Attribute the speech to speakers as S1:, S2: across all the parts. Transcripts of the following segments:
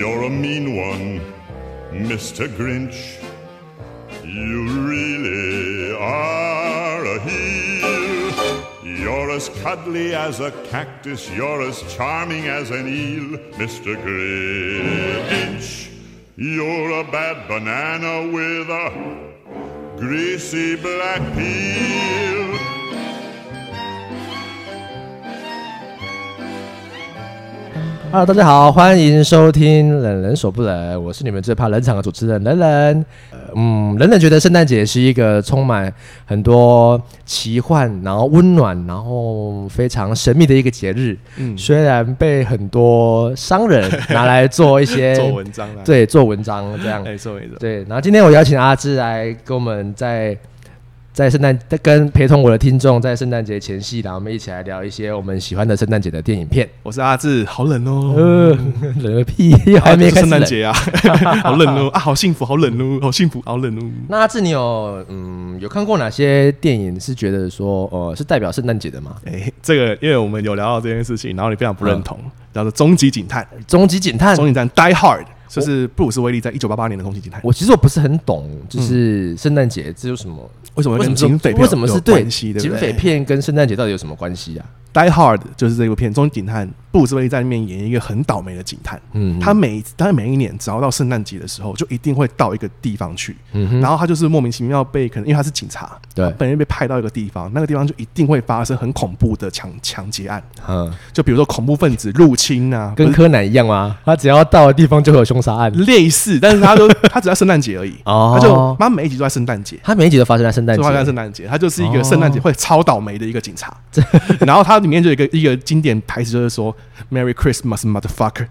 S1: You're a mean one, Mr. Grinch. You really are a heel. You're as cuddly as a cactus, you're as charming as an eel, Mr. Grinch. You're a bad banana with a greasy black peel.
S2: Hello，大家好，欢迎收听《冷人所不冷》，我是你们最怕冷场的主持人冷冷。呃嗯，冷冷觉得圣诞节是一个充满很多奇幻，然后温暖，然后非常神秘的一个节日。嗯，虽然被很多商人拿来做一些
S3: 做文章啊，，哎
S2: 对，做文章这样。
S3: 没错没错，
S2: 对，然后今天我邀请阿志来跟我们在在圣诞跟陪同我的听众在圣诞节前夕，然后我们一起来聊一些我们喜欢的圣诞节的电影片。
S3: 我是阿志，好冷哦，
S2: 呃，冷个屁， 还没
S3: 哎
S2: 开始
S3: 圣诞
S2: 冷
S3: 节啊， 好冷哦，啊，好幸福，好冷哦，好幸福，好冷哦。
S2: 那阿志，你有嗯有看过哪些电影是觉得说呃是代表圣诞节的吗？
S3: 哎、这个因为我们有聊到这件事情，然后你非常不
S2: 嗯
S3: 认同，叫做《终极警探》，
S2: 终极警探
S3: 《终，极警探》Die Hard 就是布鲁斯威利在一九八八年的《终极警探》，
S2: 我其实我不是很懂，就是圣诞节这有什么？
S3: 为什么
S2: 为什
S3: 跟
S2: 么
S3: 警匪片
S2: 为什么
S3: 有
S2: 是对
S3: 关系？对不
S2: 警
S3: 对
S2: 匪片跟圣诞节到底有什么关系啊？
S3: Die Hard 就是这部片，《终极警探》布鲁斯威利在里面演一个很倒霉的警探。
S2: 嗯，
S3: 他每他每一年只要到圣诞节的时候，就一定会到一个地方去，
S2: 嗯哼
S3: 然后他就是莫名其妙被可能因为他是警察，
S2: 对嗯
S3: 他本人被派到一个地方，那个地方就一定会发生很恐怖的抢抢劫案，
S2: 嗯，
S3: 就比如说恐怖分子入侵啊，
S2: 跟
S3: 不是
S2: 柯南一样吗？他只要到的地方就会有凶杀 案。
S3: 类似，但是他 都他只在圣诞节而已，
S2: 哦
S3: 他就他每一集都在圣诞节。
S2: 他每一集都发生在圣诞
S3: 就发生在
S2: 节
S3: 圣，诞节，他就是一个
S2: 哦
S3: 圣诞节会超倒霉的一个警察。然后他里面就有一个一个经典台词，就是说 “Merry Christmas, motherfucker”，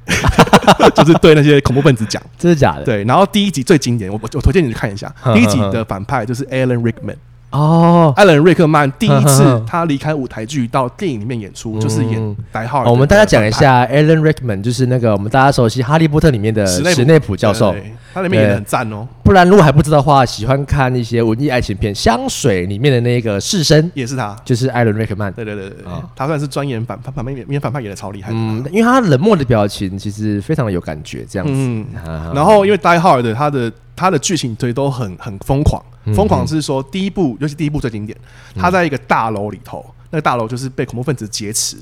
S3: 就是对那些恐怖分子讲。
S2: 真的假的？
S3: 对，然后第一集最经典，我我我推荐你去看一下。
S2: 嗯
S3: 第一集的反派就是 Alan Rickman，
S2: 哦，
S3: 艾伦·瑞克曼第一
S2: 嗯嗯
S3: 次
S2: 嗯
S3: 他离开舞台剧到电影里面演出，就是演
S2: 嗯
S3: 《白号》。
S2: 哦我们大家讲一，下，Alan Rickman 就是那个我们大家熟悉《哈利波特》里面的
S3: 史内普
S2: 史内普教授。
S3: 对他里面演的很赞哦，
S2: 不然如果还不知道的话，喜欢看一些文艺爱情片，《香水》里面的那个士绅
S3: 也是他。
S2: 就是艾伦·瑞克曼。
S3: 对对对对对
S2: 啊，
S3: 他算是专演反反反面演反派演的超厉害的。
S2: 嗯，因为他冷漠的表情其实非常的有感觉，这样子。
S3: 嗯，
S2: 啊
S3: 然后因为《Die Hard》他的他的剧情对都很很疯狂，
S2: 嗯
S3: 疯狂是说第一部，尤其第一部最经典，他在一个大楼里头，那个大楼就是被恐怖分子 劫持，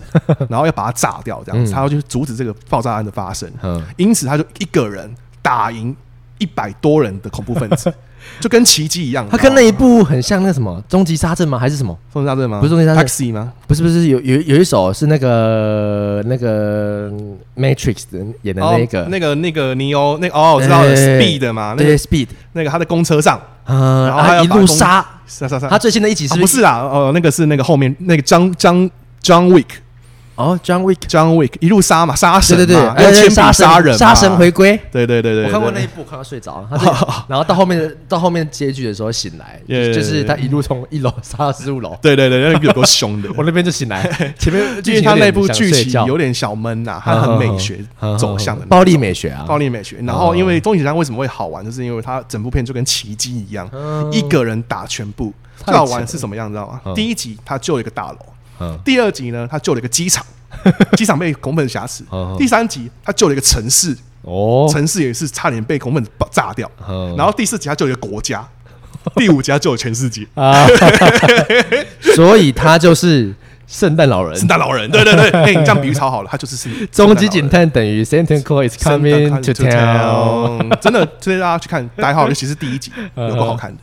S3: 然后要把它炸掉，这样子，他要去阻止这个爆炸案的发生
S2: 嗯，
S3: 因此他就一个人打赢一百多人的恐怖分 子，就跟奇迹一样。
S2: 他跟那一部很像，那个什么《终极杀阵》吗？还是什么？
S3: 风沙镇吗？
S2: 不是封神大阵
S3: Taxi 吗？
S2: 不是不是，有有有一首是那个那个嗯 Matrix 的演的
S3: 哦
S2: 那个，
S3: 那个那个尼欧那个哦，我知道了
S2: 哎
S3: ，Speed 嘛，那
S2: 对
S3: 个
S2: Speed，
S3: 那个他在公车上，
S2: 嗯，
S3: 然后他
S2: 他
S3: 要
S2: 一
S3: 把
S2: 路
S3: 公
S2: 杀。
S3: 杀杀杀，
S2: 他最新的一集是
S3: 啊不是啦，哦，那个是那个后面那个张张张 Wick
S2: 哦，John Wick，
S3: 张 Wick 一路杀嘛，杀神
S2: 对
S3: 嘛
S2: 对对，
S3: 用铅
S2: 哎
S3: 笔杀人嘛
S2: 杀神回，归。
S3: 对对对对，
S2: 我看过那一部，
S3: 对
S2: 看到睡着， 他就然后到后面的到后面结局的时候醒 来，
S3: Yeah,
S2: 就就
S3: yeah,
S2: 是
S3: yeah.
S2: 他一路从一楼杀到十五楼，，
S3: 对对对，那个有多凶的
S2: 我那边就醒 来，前面
S3: 因
S2: 剧
S3: 为
S2: 情
S3: 他
S2: 有点
S3: 那部
S2: 想
S3: 剧
S2: 睡
S3: 情
S2: 觉
S3: 有点小闷呐，他
S2: 嗯
S3: 很美 学走向的那种
S2: 暴力美学啊，
S3: 暴力美学。然后因为《终极警探》为什么会好玩，就是因为它整部片就跟奇迹一样，一个人打全部。
S2: 啊太
S3: 最好玩是什么样，你知道吗？
S2: 嗯
S3: 第一集他救了一个大楼，
S2: 嗯
S3: 第二集呢他救了一个 机场，机场被恐怖分子挟持
S2: 嗯嗯；
S3: 第三集他救了一个城市，
S2: 哦，
S3: 城市也是差点被恐怖分子爆炸掉
S2: 嗯。
S3: 然后第四集他救了一个国家，第五集他救了全世 界。
S2: 啊，所以他就是圣诞老人，
S3: 圣诞老人，对对 对，哎，你这样比喻超好了，他就是圣
S2: 终极警。探等于 Santa Claus is
S3: 圣诞老人
S2: coming to town。
S3: town 真的推荐大家去 看《大家好》，尤其是第一集，
S2: 嗯
S3: 有够好看的。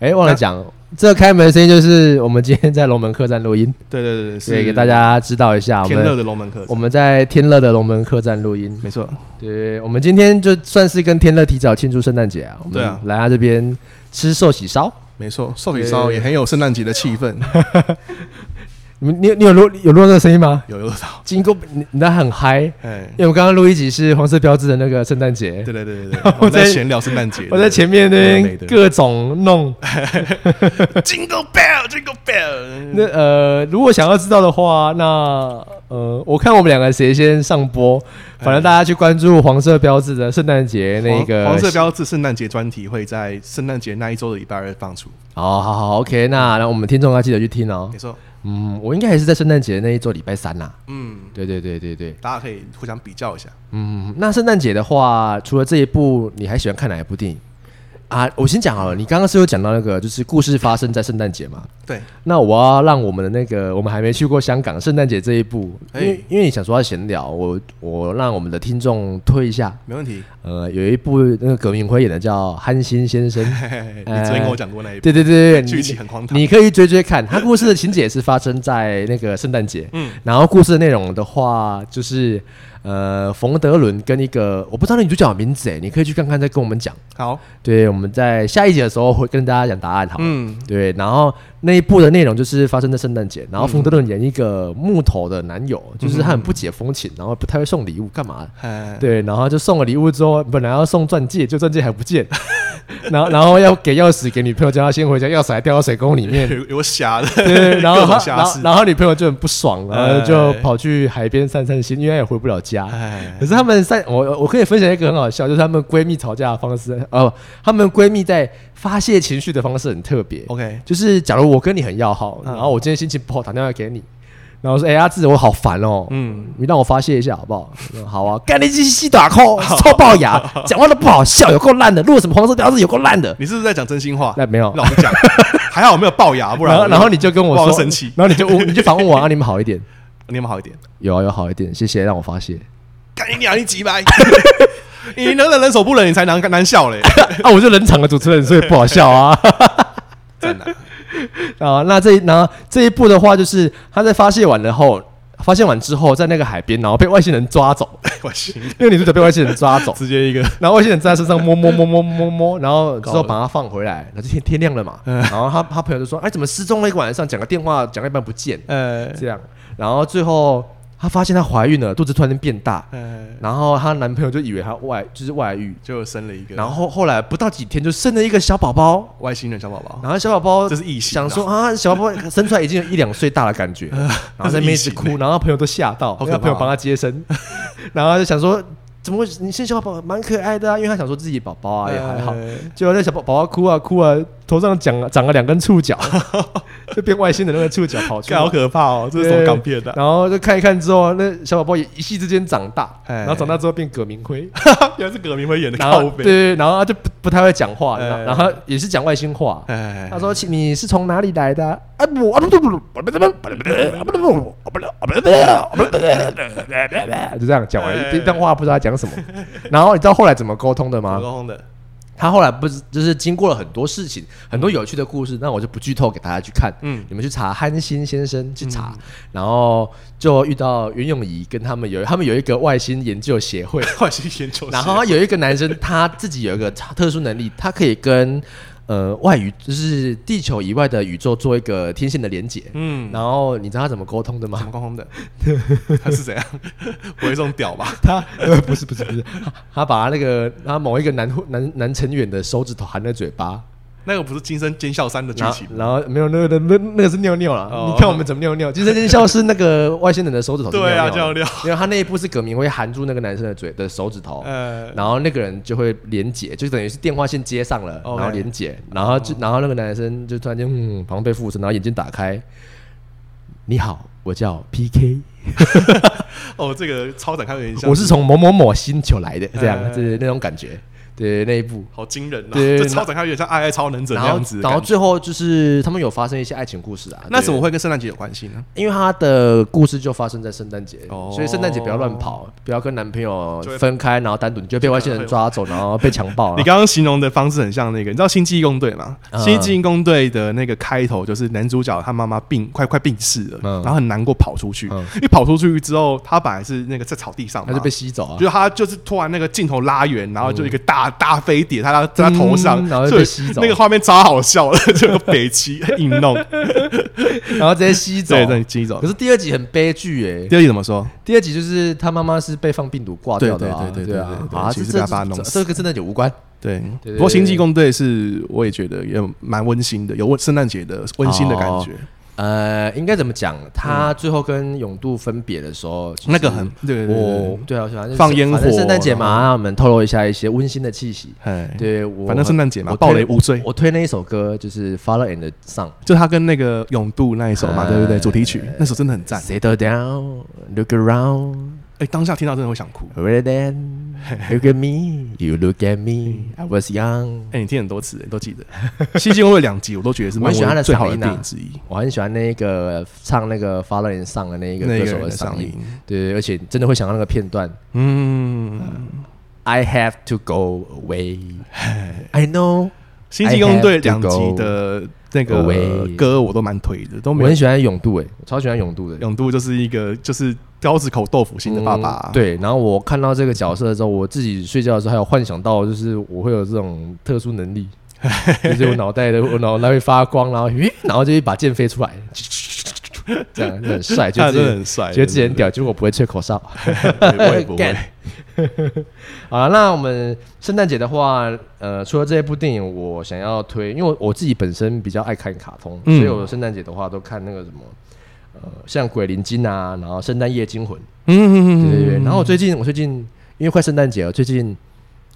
S2: 哎，忘了讲，这个开门声音就是我们今天在龙门客栈录音，
S3: 对对对，
S2: 所
S3: 是
S2: 以给大家知道一下，我
S3: 天乐
S2: 们
S3: 的龙门客
S2: 我，们在天乐的龙门客栈录音。
S3: 没错，
S2: 对，我们今天就算是跟天乐提早庆祝圣诞节啊，我
S3: 对
S2: 们
S3: 啊
S2: 来他这边吃寿喜烧。
S3: 没错，寿喜烧也很有圣诞节的 气氛，
S2: 你们你有你有录有录到这个声音吗？
S3: 有有到，
S2: 经过你你那很嗨，因
S3: 哎，
S2: 为我们刚刚录一集是黄色标志的那个圣诞节
S3: 对，对对 对对，我们在闲聊圣诞节，
S2: 我在前面那边
S3: 对对对
S2: 各种弄。
S3: Jingle Bell Jingle Bell，
S2: 那呃，如果想要知道的话，那呃，我看我们两个谁先上播，反正大家去关注黄色标志的圣诞节那
S3: 黄
S2: 个
S3: 黄色标志圣诞节专题会在圣诞节那一周的礼拜二放出，
S2: 哦，好好 OK，那那我们听众要记得去听哦
S3: 没。错，
S2: 嗯，我应该还是在圣诞节那一周礼拜三啦、
S3: 嗯，
S2: 对对对对对，
S3: 大家可以互相比较一下。
S2: 嗯，那圣诞节的话，除了这一部，你还喜欢看哪一部电影啊？我先讲好了，你刚刚是有讲到那个，就是故事发生在圣诞节嘛？
S3: 对，
S2: 那我要让我们的那个，我们还没去过香港圣诞节这一步，因
S3: 哎
S2: 为因为你想说要闲聊，我我让我们的听众推一下，
S3: 没问题。
S2: 呃，有一部那个葛明辉演的叫《憨心先生》，
S3: 嘿嘿嘿你昨天跟我讲过那一部，
S2: 哎对对对对，
S3: 剧
S2: 你
S3: 情很荒唐
S2: 你可以追追看。它故事的情节是发生在那个圣诞节，嗯，然后故事的内容的话，就是呃，冯德伦跟一个我不知道那女主角的名字哎，你可以去看看再跟我们讲。
S3: 好，
S2: 对，我们在下一节的时候会跟大家讲答案，好。嗯
S3: 嗯，
S2: 对，然后那一部的内容就是发生在圣诞节，然后冯德伦演一个木头的男友，就是
S3: 嗯
S2: 他很不解风情，然后不太会送礼物，干嘛？
S3: 哎，
S2: 对，然后就送了礼物之后，本来要送钻戒，就钻戒还不见， 然后然后要给钥匙给女朋友，叫她先回家，钥匙还掉到水沟里 面。
S3: 有有瞎的，
S2: 对，然后
S3: 各种
S2: 她
S3: 瑕
S2: 然后
S3: 疵
S2: 然后女朋友就很不爽，然后
S3: 哎
S2: 就跑去海边散散心，因为她也回不了家。
S3: 哎
S2: 可是她们三，我我可以分享一个很好笑，就是她们闺蜜吵架的方式哦，她们闺蜜在发泄情绪的方式很特别。
S3: ，OK，
S2: 就是假如我跟你很要好，
S3: 嗯
S2: 然后我今天心情不好打电话给你，然后说：“哎、阿志，我好烦哦，嗯，你让我发泄一下好 不好？”我说好啊，干你鸡西打 call，臭龅牙，讲话都不好笑，有够烂的，录什么黄色标志有够烂 的。
S3: 你是不是在讲真心话？
S2: 那没有
S3: 让我们 讲，还好我没有龅牙，不
S2: 然后
S3: 然
S2: 然后你就跟我
S3: 我
S2: 说
S3: 好生气
S2: 然后你就问你就反问我，啊，你们好一点，
S3: 你们好一点。
S2: 有啊有好一点，谢谢让我发泄。
S3: 干你娘，你几百， 你能忍人手不忍，你才难难 笑嘞。
S2: 啊，我就冷场的主持人，所以不好笑啊。
S3: 真的，
S2: 啊，那这一那这一步的话，就是他在发泄完了后，发泄完之后，在那个海边，然后被外星人抓走，
S3: 我心
S2: 那个女主角被外星人抓 走，
S3: 直接一个
S2: 然后外星人在他身上摸摸摸摸摸摸，然后之后把他放回来，然后就天天亮了嘛，然后他他朋友就说，哎，怎么失踪了一个晚上，讲个电话讲到一半不见，
S3: 呃
S2: 这样，然后最后她发现她怀孕了，肚子突然间变大，
S3: 呃，
S2: 然后她男朋友就以为她外就是外遇，
S3: 就生了一个，
S2: 然后后来不到几天就生了一个小宝宝，
S3: 外星人小宝宝，
S2: 然后小宝宝
S3: 这是异性
S2: 想
S3: 啊
S2: 说啊，小宝宝生出来已经有一两岁大的感 觉，然后在那边一直
S3: 这是异啊
S2: 哭，然后朋友都吓到，
S3: 好可怕啊
S2: 因为他朋友帮他接生， 然后就想说怎么会？你生小宝宝蛮可爱的啊，因为他想说自己宝宝啊也还好，
S3: 呃
S2: 结果那小宝宝哭啊哭啊，头上长长了两根触 角，就变外星的那个触角跑出
S3: 干
S2: 来
S3: 好。可怕哦，这
S2: 对
S3: 是什么港片的啊？
S2: 然后就看一看之后，那小宝宝也一夕之间长大，
S3: 哎
S2: 然后长大之后变葛明辉，
S3: 原来是葛明辉演的
S2: 然后
S3: 靠
S2: 对，
S3: 背。
S2: 对然后他就不不太会讲话，然后
S3: 哎
S2: 然后也是讲外星话，
S3: 哎
S2: 他，说请：“你是从哪里来的啊？” 啊不，啊不不不不不不不不不不不就这样讲完一一段话，不知道他讲什么。 然后你知道后来怎么沟通的
S3: 高
S2: 吗？
S3: 空的，
S2: 他后来不是就是经过了很多事情，很多有趣的故事，那我就不剧透给大家去看。
S3: 嗯
S2: 你们去查憨心先生去查，然后就遇到袁咏仪跟他们有他们有一个外星研究协 会，
S3: 外星研究室，
S2: 然后有一个男生，他自己有一个特殊能力，他可以跟呃外宇，就是地球以外的宇宙做一个天线的连接。
S3: 嗯，
S2: 然后你知道他怎么沟通的
S3: 什
S2: 吗
S3: 么？高空的，他是怎样？ 我一种屌吧？
S2: 他呃不是不是不是， 他把那个他某一个男男男成员的手指头含在嘴巴，
S3: 那个不是《今生尖笑三》的剧
S2: 然后
S3: 情吗？
S2: 然后没有那个那那个是尿尿了。
S3: 哦
S2: 你看我们怎么尿尿？其实那笑是那个外星人的手指头是尿
S3: 对
S2: 尿
S3: 啊
S2: 的，
S3: 叫尿
S2: 因为他那一步是葛明辉含住那个男生的嘴的手指头，
S3: 呃，
S2: 然后那个人就会连接，就等于是电话线接上了，然
S3: OK
S2: 后连接，然后就然后那个男生就突然间嗯，好像被附身，然后眼睛打开，你好，我叫 PK，
S3: 哦，这个超展开有点像，
S2: 我是从某某某星球来的，这样
S3: 哎
S2: 就是那种感觉，对那一部。
S3: 好惊人啊！
S2: 对
S3: 这超展开有点像《爱爱超能者》
S2: 然
S3: 那
S2: 后
S3: 样子的
S2: 然后
S3: 感觉。
S2: 最后就是他们有发生一些爱情故事啊，
S3: 那
S2: 对
S3: 怎么会跟圣诞节有关系呢？
S2: 因为他的故事就发生在圣诞节，
S3: 哦
S2: 所以圣诞节不要乱跑，不要跟男朋友
S3: 就会
S2: 分开，然后单独你就被外星人抓走，然后被强暴
S3: 哎
S2: 啊
S3: 你
S2: 了。
S3: 刚刚形容的方式很像那个，你知道《星际义工队》吗？
S2: 嗯
S3: 星际义工队》的那个开头就是男主角他妈妈病快快病逝了，
S2: 嗯
S3: 然后很难过跑出去，
S2: 嗯
S3: 因为跑出去之后，他本来是那个在草地上嘛，
S2: 他就被吸走啊，
S3: 就他就是突然那个镜头拉远，然后就一个大、大飞碟在他在他头上，
S2: 嗯然后就
S3: 就
S2: 被吸走
S3: 那个画面超好笑的， 就有个北齐硬 弄，
S2: 然后直接吸走。啊
S3: 对，让你记走
S2: 可。是第二集很悲剧哎、
S3: 第二集怎么说？
S2: 第二集就是他妈妈是被放病毒挂掉的、啊，
S3: 对对
S2: 对
S3: 对对对
S2: 啊
S3: 对对
S2: 啊，
S3: 其
S2: 这
S3: 实
S2: 这
S3: 被他爸弄
S2: 这
S3: 死
S2: 这个真的有无关，
S3: 对，
S2: 对哦
S3: 不过《星际工队》是我也觉得也蛮温馨的，有温圣诞节的温馨的感觉。
S2: 呃，应该怎么讲？他最后跟永度分别的时候，其实
S3: 那个很对对对对
S2: 我对啊，反正
S3: 放烟
S2: 反正
S3: 火
S2: 圣诞节嘛，
S3: 然
S2: 让我们透露一下一些温馨的气息。
S3: 哎，
S2: 对，我
S3: 反正圣诞节嘛，
S2: 我
S3: 暴
S2: 推
S3: 雷无罪。
S2: 我推那一首歌就是《Follow and the Sun
S3: 就他跟那个永度那一首嘛，对不对？主题曲那首真的很》赞，
S2: ，Sit down, look around,
S3: 哎，当下听到真的会想哭。
S2: rather than look at me, you look at me, I was young。
S3: 哎，你听很多次，你都记得《 西京会》两集，我都觉得是
S2: 我很
S3: 漫
S2: 喜欢他的
S3: 威最好的
S2: 嗓音啊
S3: 电影之一。
S2: 我很喜欢那个唱那个《Follow and the Sun》的那一个
S3: 那
S2: 歌
S3: 个
S2: 手
S3: 人的
S2: 嗓
S3: 嗓
S2: 音
S3: 音，，
S2: 对，而且真的会想到那个片段。
S3: 嗯，
S2: I have to go away. I know.
S3: 星际工队
S2: I have
S3: 两
S2: to go
S3: 集的那个
S2: away
S3: 歌我都蛮推的，都
S2: 我
S3: 没
S2: 很
S3: 有。
S2: 喜欢永度、欸，我超喜欢永度的。
S3: 永度就是一个就是刀子口豆腐心的爸爸、
S2: 嗯对，然后我看到这个角色之后，我自己睡觉的时候还有幻想到，就是我会有这种特殊能 力，就是我脑袋的我脑袋会发光，然后 咦，然后就一把剑飞出来， 这样就很帅，就
S3: 他真的
S2: 是
S3: 很帅，
S2: 觉得自己很屌，结果我不会吹口哨。
S3: 对，对对 我也不会
S2: 干。好了，那我们圣诞节的话，呃，除了这一部电影，我想要推，因为我我自己本身比较爱看卡通，
S3: 嗯
S2: 所以我圣诞节的话都看那个什么，呃，像《鬼灵精》啊，然后《圣诞夜惊魂》，
S3: 嗯，
S2: 对对对。然后我最近，我最近因为快圣诞节了，最近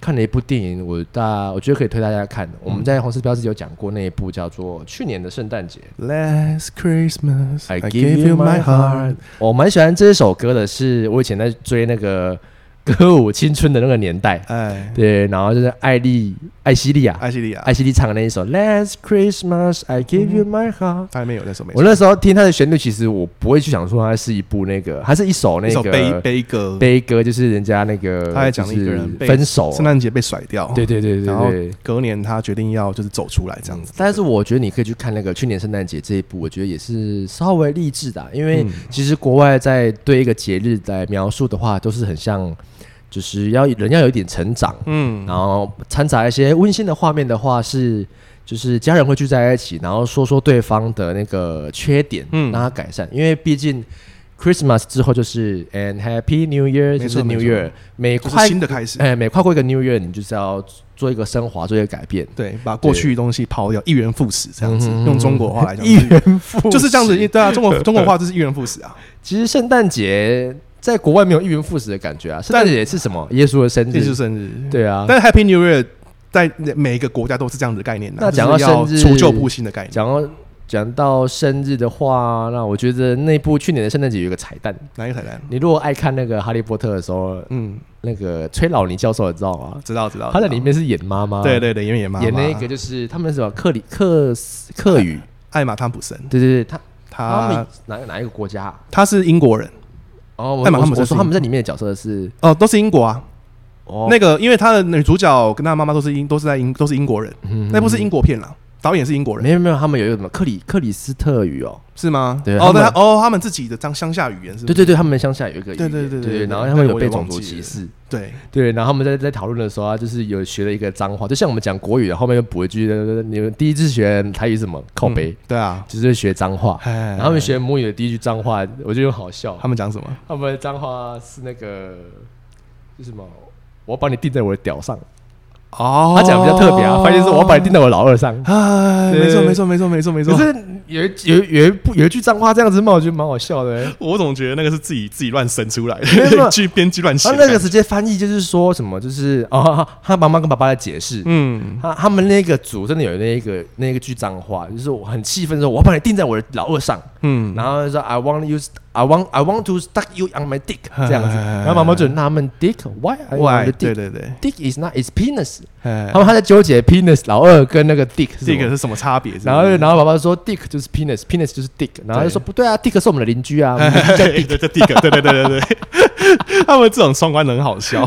S2: 看了一部电影，我大我觉得可以推大家看。我们在红色标志有讲过那一部叫做《去年的圣诞节》。
S3: Last Christmas I gave you my heart，。
S2: 我蛮喜欢这首歌的是，我以前在追那个歌舞青春的那个年代，
S3: 哎，
S2: 对，然后就是艾丽艾希莉亚，
S3: 艾希利亚，
S2: 艾希莉唱的那一首《Last Christmas I Give You My Heart》。
S3: 他里面有那首没错？
S2: 我那时候听它的旋律，其实我不会去想说它是一部那个，它是一首那
S3: 一首悲
S2: 个
S3: 悲歌，
S2: 悲歌，就是人家那个
S3: 他在讲一个人
S2: 就是
S3: 被
S2: 分手，
S3: 圣诞节被甩掉，
S2: 对对对对嗯
S3: 然后
S2: 对。
S3: 隔年他决定要就是走出来这样子。
S2: 但是我觉得你可以去看那个去年圣诞节这一部，我觉得也是稍微励志的啊、因为其实国外在对一个节日来描述的话，都是很像，就是要人要有一点成长，
S3: 嗯，
S2: 然后掺杂一些温馨的画面的话是，就是家人会聚在一起，然后说说对方的那个缺点，
S3: 嗯
S2: 让他改善，因为毕竟 Christmas 之后就是 and Happy New Year，就
S3: 没错
S2: 是
S3: 没
S2: New
S3: 错
S2: Year，每
S3: 就是
S2: 跨
S3: 新的开始，
S2: 哎每跨过一个 New Year，你就是要做一个升华，做一个改变。
S3: 对，把过去的东西抛掉，一元复始这样子，
S2: 嗯哼
S3: 用中国话来讲，
S2: 一元复始
S3: 就是这样子。对啊，中国中国话就是一元复始啊，
S2: 其实圣诞节在国外没有一元复始的感觉啊，圣诞 节是什么？耶稣的生
S3: 这就是
S2: 日，
S3: 生日。
S2: 对啊。
S3: 但是 Happy New Year 在每一个国家都是这样子的概念啊
S2: 那讲
S3: 就
S2: 到
S3: 是要
S2: 生日
S3: 除旧布新的概念。
S2: 讲到讲到生日的话，那我觉得那部去年的圣诞节有一个彩蛋，
S3: 哪一个海南？
S2: 你如果爱看那个《哈利波特》的时候，
S3: 嗯，
S2: 那个崔老尼教授你知道吗？
S3: 知道知道。
S2: 他在
S3: 知道
S2: 里，面是演妈哦妈，
S3: 对对对，演演妈妈
S2: 演那个就是他们是什么克里克斯克语，
S3: 艾玛汤普森，
S2: 对对对，他他
S3: 他
S2: 们哪哪一个国家啊？
S3: 他是英国人
S2: 哦，我
S3: 艾玛
S2: 我
S3: 汤姆森
S2: 我说
S3: 是
S2: 他们在里面的角色是
S3: 哦，都是英国啊。
S2: 哦，
S3: 那个因为他的女主角跟他妈妈都是英，都是在英，都是英国人，那部是英国片啦。导演是英国
S2: 嗯
S3: 人
S2: 没有没有，他们有一个什么克里克里斯特语哦，
S3: 是吗？
S2: 对
S3: 哦，
S2: 他们
S3: 那他哦，他们自己的乡乡下语言是吗
S2: 对对对，他们乡下有一个语言
S3: 对对
S2: 对
S3: 对对对
S2: 然后他们有
S3: 我也
S2: 被
S3: 忘
S2: 种族
S3: 记
S2: 歧
S3: 了
S2: 视，
S3: 对，
S2: 对，然后他们在在讨论的时候啊，就是有学了一个脏话，就像我们讲国语，后面又补一句，呃你们第一次学台语是什么靠北，
S3: 嗯对啊，
S2: 就是学脏话。
S3: 哎
S2: 然后他们学母语的第一句脏话，我觉得很好笑。
S3: 他们讲什么？
S2: 他们的脏话是那个，就是什么？我要把你钉在我的屌上。
S3: 哦
S2: 他讲得比较特别啊，发现是我要把你钉在我老二上。
S3: 哎，
S2: 对
S3: 没错没错没错没错没
S2: 可
S3: 错。
S2: 是有一有一有一部有一句脏话这样子骂，我觉得蛮好笑的欸、
S3: 我总觉得那个是自己自己乱生出来
S2: 没有没有
S3: 的，去编辑乱写
S2: 他
S3: 的。
S2: 那个直接翻译就是说什么，就是哦，他妈妈跟爸爸在解释，
S3: 嗯，
S2: 他他们那个组真的有那个那个句脏话，就是我很气愤说，我要把你钉在我的老二上，
S3: 嗯
S2: 然后就说 I want you, I want, I want to stuck you on my dick 这样子，然后妈妈就很纳闷 dick why are you on
S3: 哎
S2: the
S3: ，why？哎对
S2: dick
S3: 对对，
S2: dick is not is penis，
S3: 哎
S2: 他，们还在纠结 penis 老二跟那个 dick 啊是
S3: 这
S2: 什
S3: 个
S2: 么。
S3: 是什么差别？
S2: 然后，
S3: 是不是
S2: 然后爸爸说，Dick 就是 penis，penis 就是 Dick，然后就说不对啊，Dick 是我们的邻 居啊，我们 邻居叫 Dick，
S3: 对对第一个，对对对对对， 他们这种双关很好笑。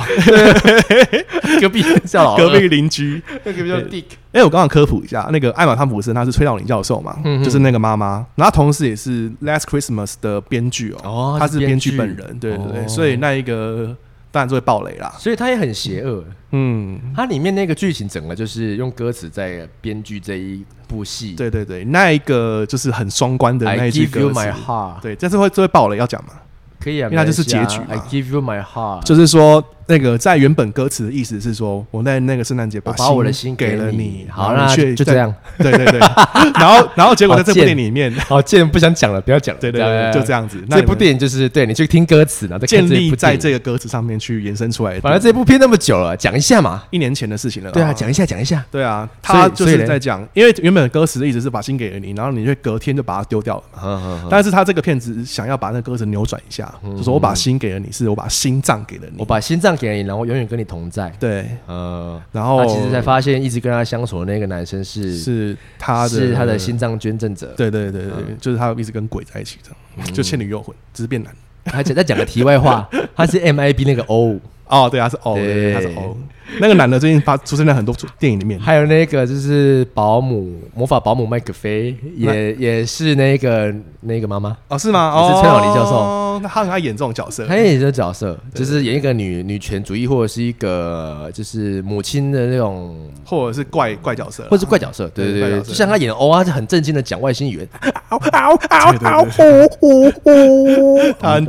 S2: 隔壁叫老二，
S3: 隔壁邻居，
S2: 隔壁叫 Dick，
S3: 哎、我刚刚科普一下，那个艾玛汤普森她是崔道林教授嘛，
S2: 嗯
S3: 就是那个妈妈，然后她同时也是《Last Christmas》的编剧哦，
S2: 哦
S3: 她是
S2: 编
S3: 编
S2: 剧
S3: 剧本人，对对对，
S2: 哦
S3: 所以那一个当然就会爆雷啦。
S2: 所以他也很邪恶。
S3: 嗯，
S2: 它里面那个剧情整个就是用歌词在编剧这一部戏。
S3: 对对对，那一个就是很双关的那
S2: ，I
S3: 一句
S2: give you
S3: 歌
S2: my
S3: 词，
S2: heart，
S3: 对，但是会就会爆雷要讲嘛，
S2: 可以啊，
S3: 因为它就是
S2: 没关系啊
S3: 结局嘛
S2: I give you my heart，
S3: 就是说，哎、那个在原本歌词的意思是说，我在那个圣诞节把
S2: 我把我的心
S3: 给
S2: 给
S3: 了
S2: 你
S3: 你，
S2: 好
S3: 然后
S2: 那
S3: 你却
S2: 就
S3: 在
S2: 这样。
S3: 对对对， 然后然后结果在这部
S2: 好贱
S3: 电影里面，
S2: 好，既然不想讲了，不要讲了。
S3: 对对对，就这。样子。那
S2: 这
S3: 你
S2: 部
S3: 们
S2: 电影就是对你去听歌词，然后再看
S3: 建立
S2: 部
S3: 在
S2: 电
S3: 这
S2: 影。
S3: 个歌词上面去延伸出来的，
S2: 反正这部片那么久了，讲一下嘛。
S3: 一年前的事情了。
S2: 对啊，讲一下，讲一下。
S3: 对啊，
S2: 所以
S3: 他就
S2: 所以
S3: 是
S2: 嘞
S3: 在讲，因为原本的歌词一直是把心给了你，然后你就隔天就把它丢掉了嘛。
S2: 嗯嗯，
S3: 但是他这个骗子想要把那个歌词扭转一下，就说我把心给了你，是我把心脏给了你
S2: 我。把心脏给了你，然后永远跟你同在。
S3: 对，
S2: 呃，
S3: 然后
S2: 他其实才发现，一直跟他相处的那个男生是
S3: 是他的
S2: 是他的嗯心，脏捐赠者。
S3: 对对对对，就是他一直跟鬼在一起这
S2: 嗯
S3: 样，就《倩女幽魂》，只是变男。
S2: 还讲再讲个题外话， 他是 MIB 那个 O，
S3: 哦，对，他是 O，
S2: 对
S3: 他是 O。那个男的最近发出现在很多电影里面，
S2: 还有那个就是保姆魔法保姆麦克菲，也也是那个那个妈妈，
S3: 哦，是吗？
S2: 也
S3: 哦，
S2: 是崔永林教授
S3: 授，那他很爱演这种角色。
S2: 她也演这个角色，就是演一个女女权主义或者是一个就是母亲的那种，
S3: 或者是怪怪角色啦，
S2: 或者是怪角色，对对
S3: 对怪
S2: 对，
S3: 角色
S2: 就像她演的 O，她是很正经的讲外星语言，
S3: 对对对 他很哦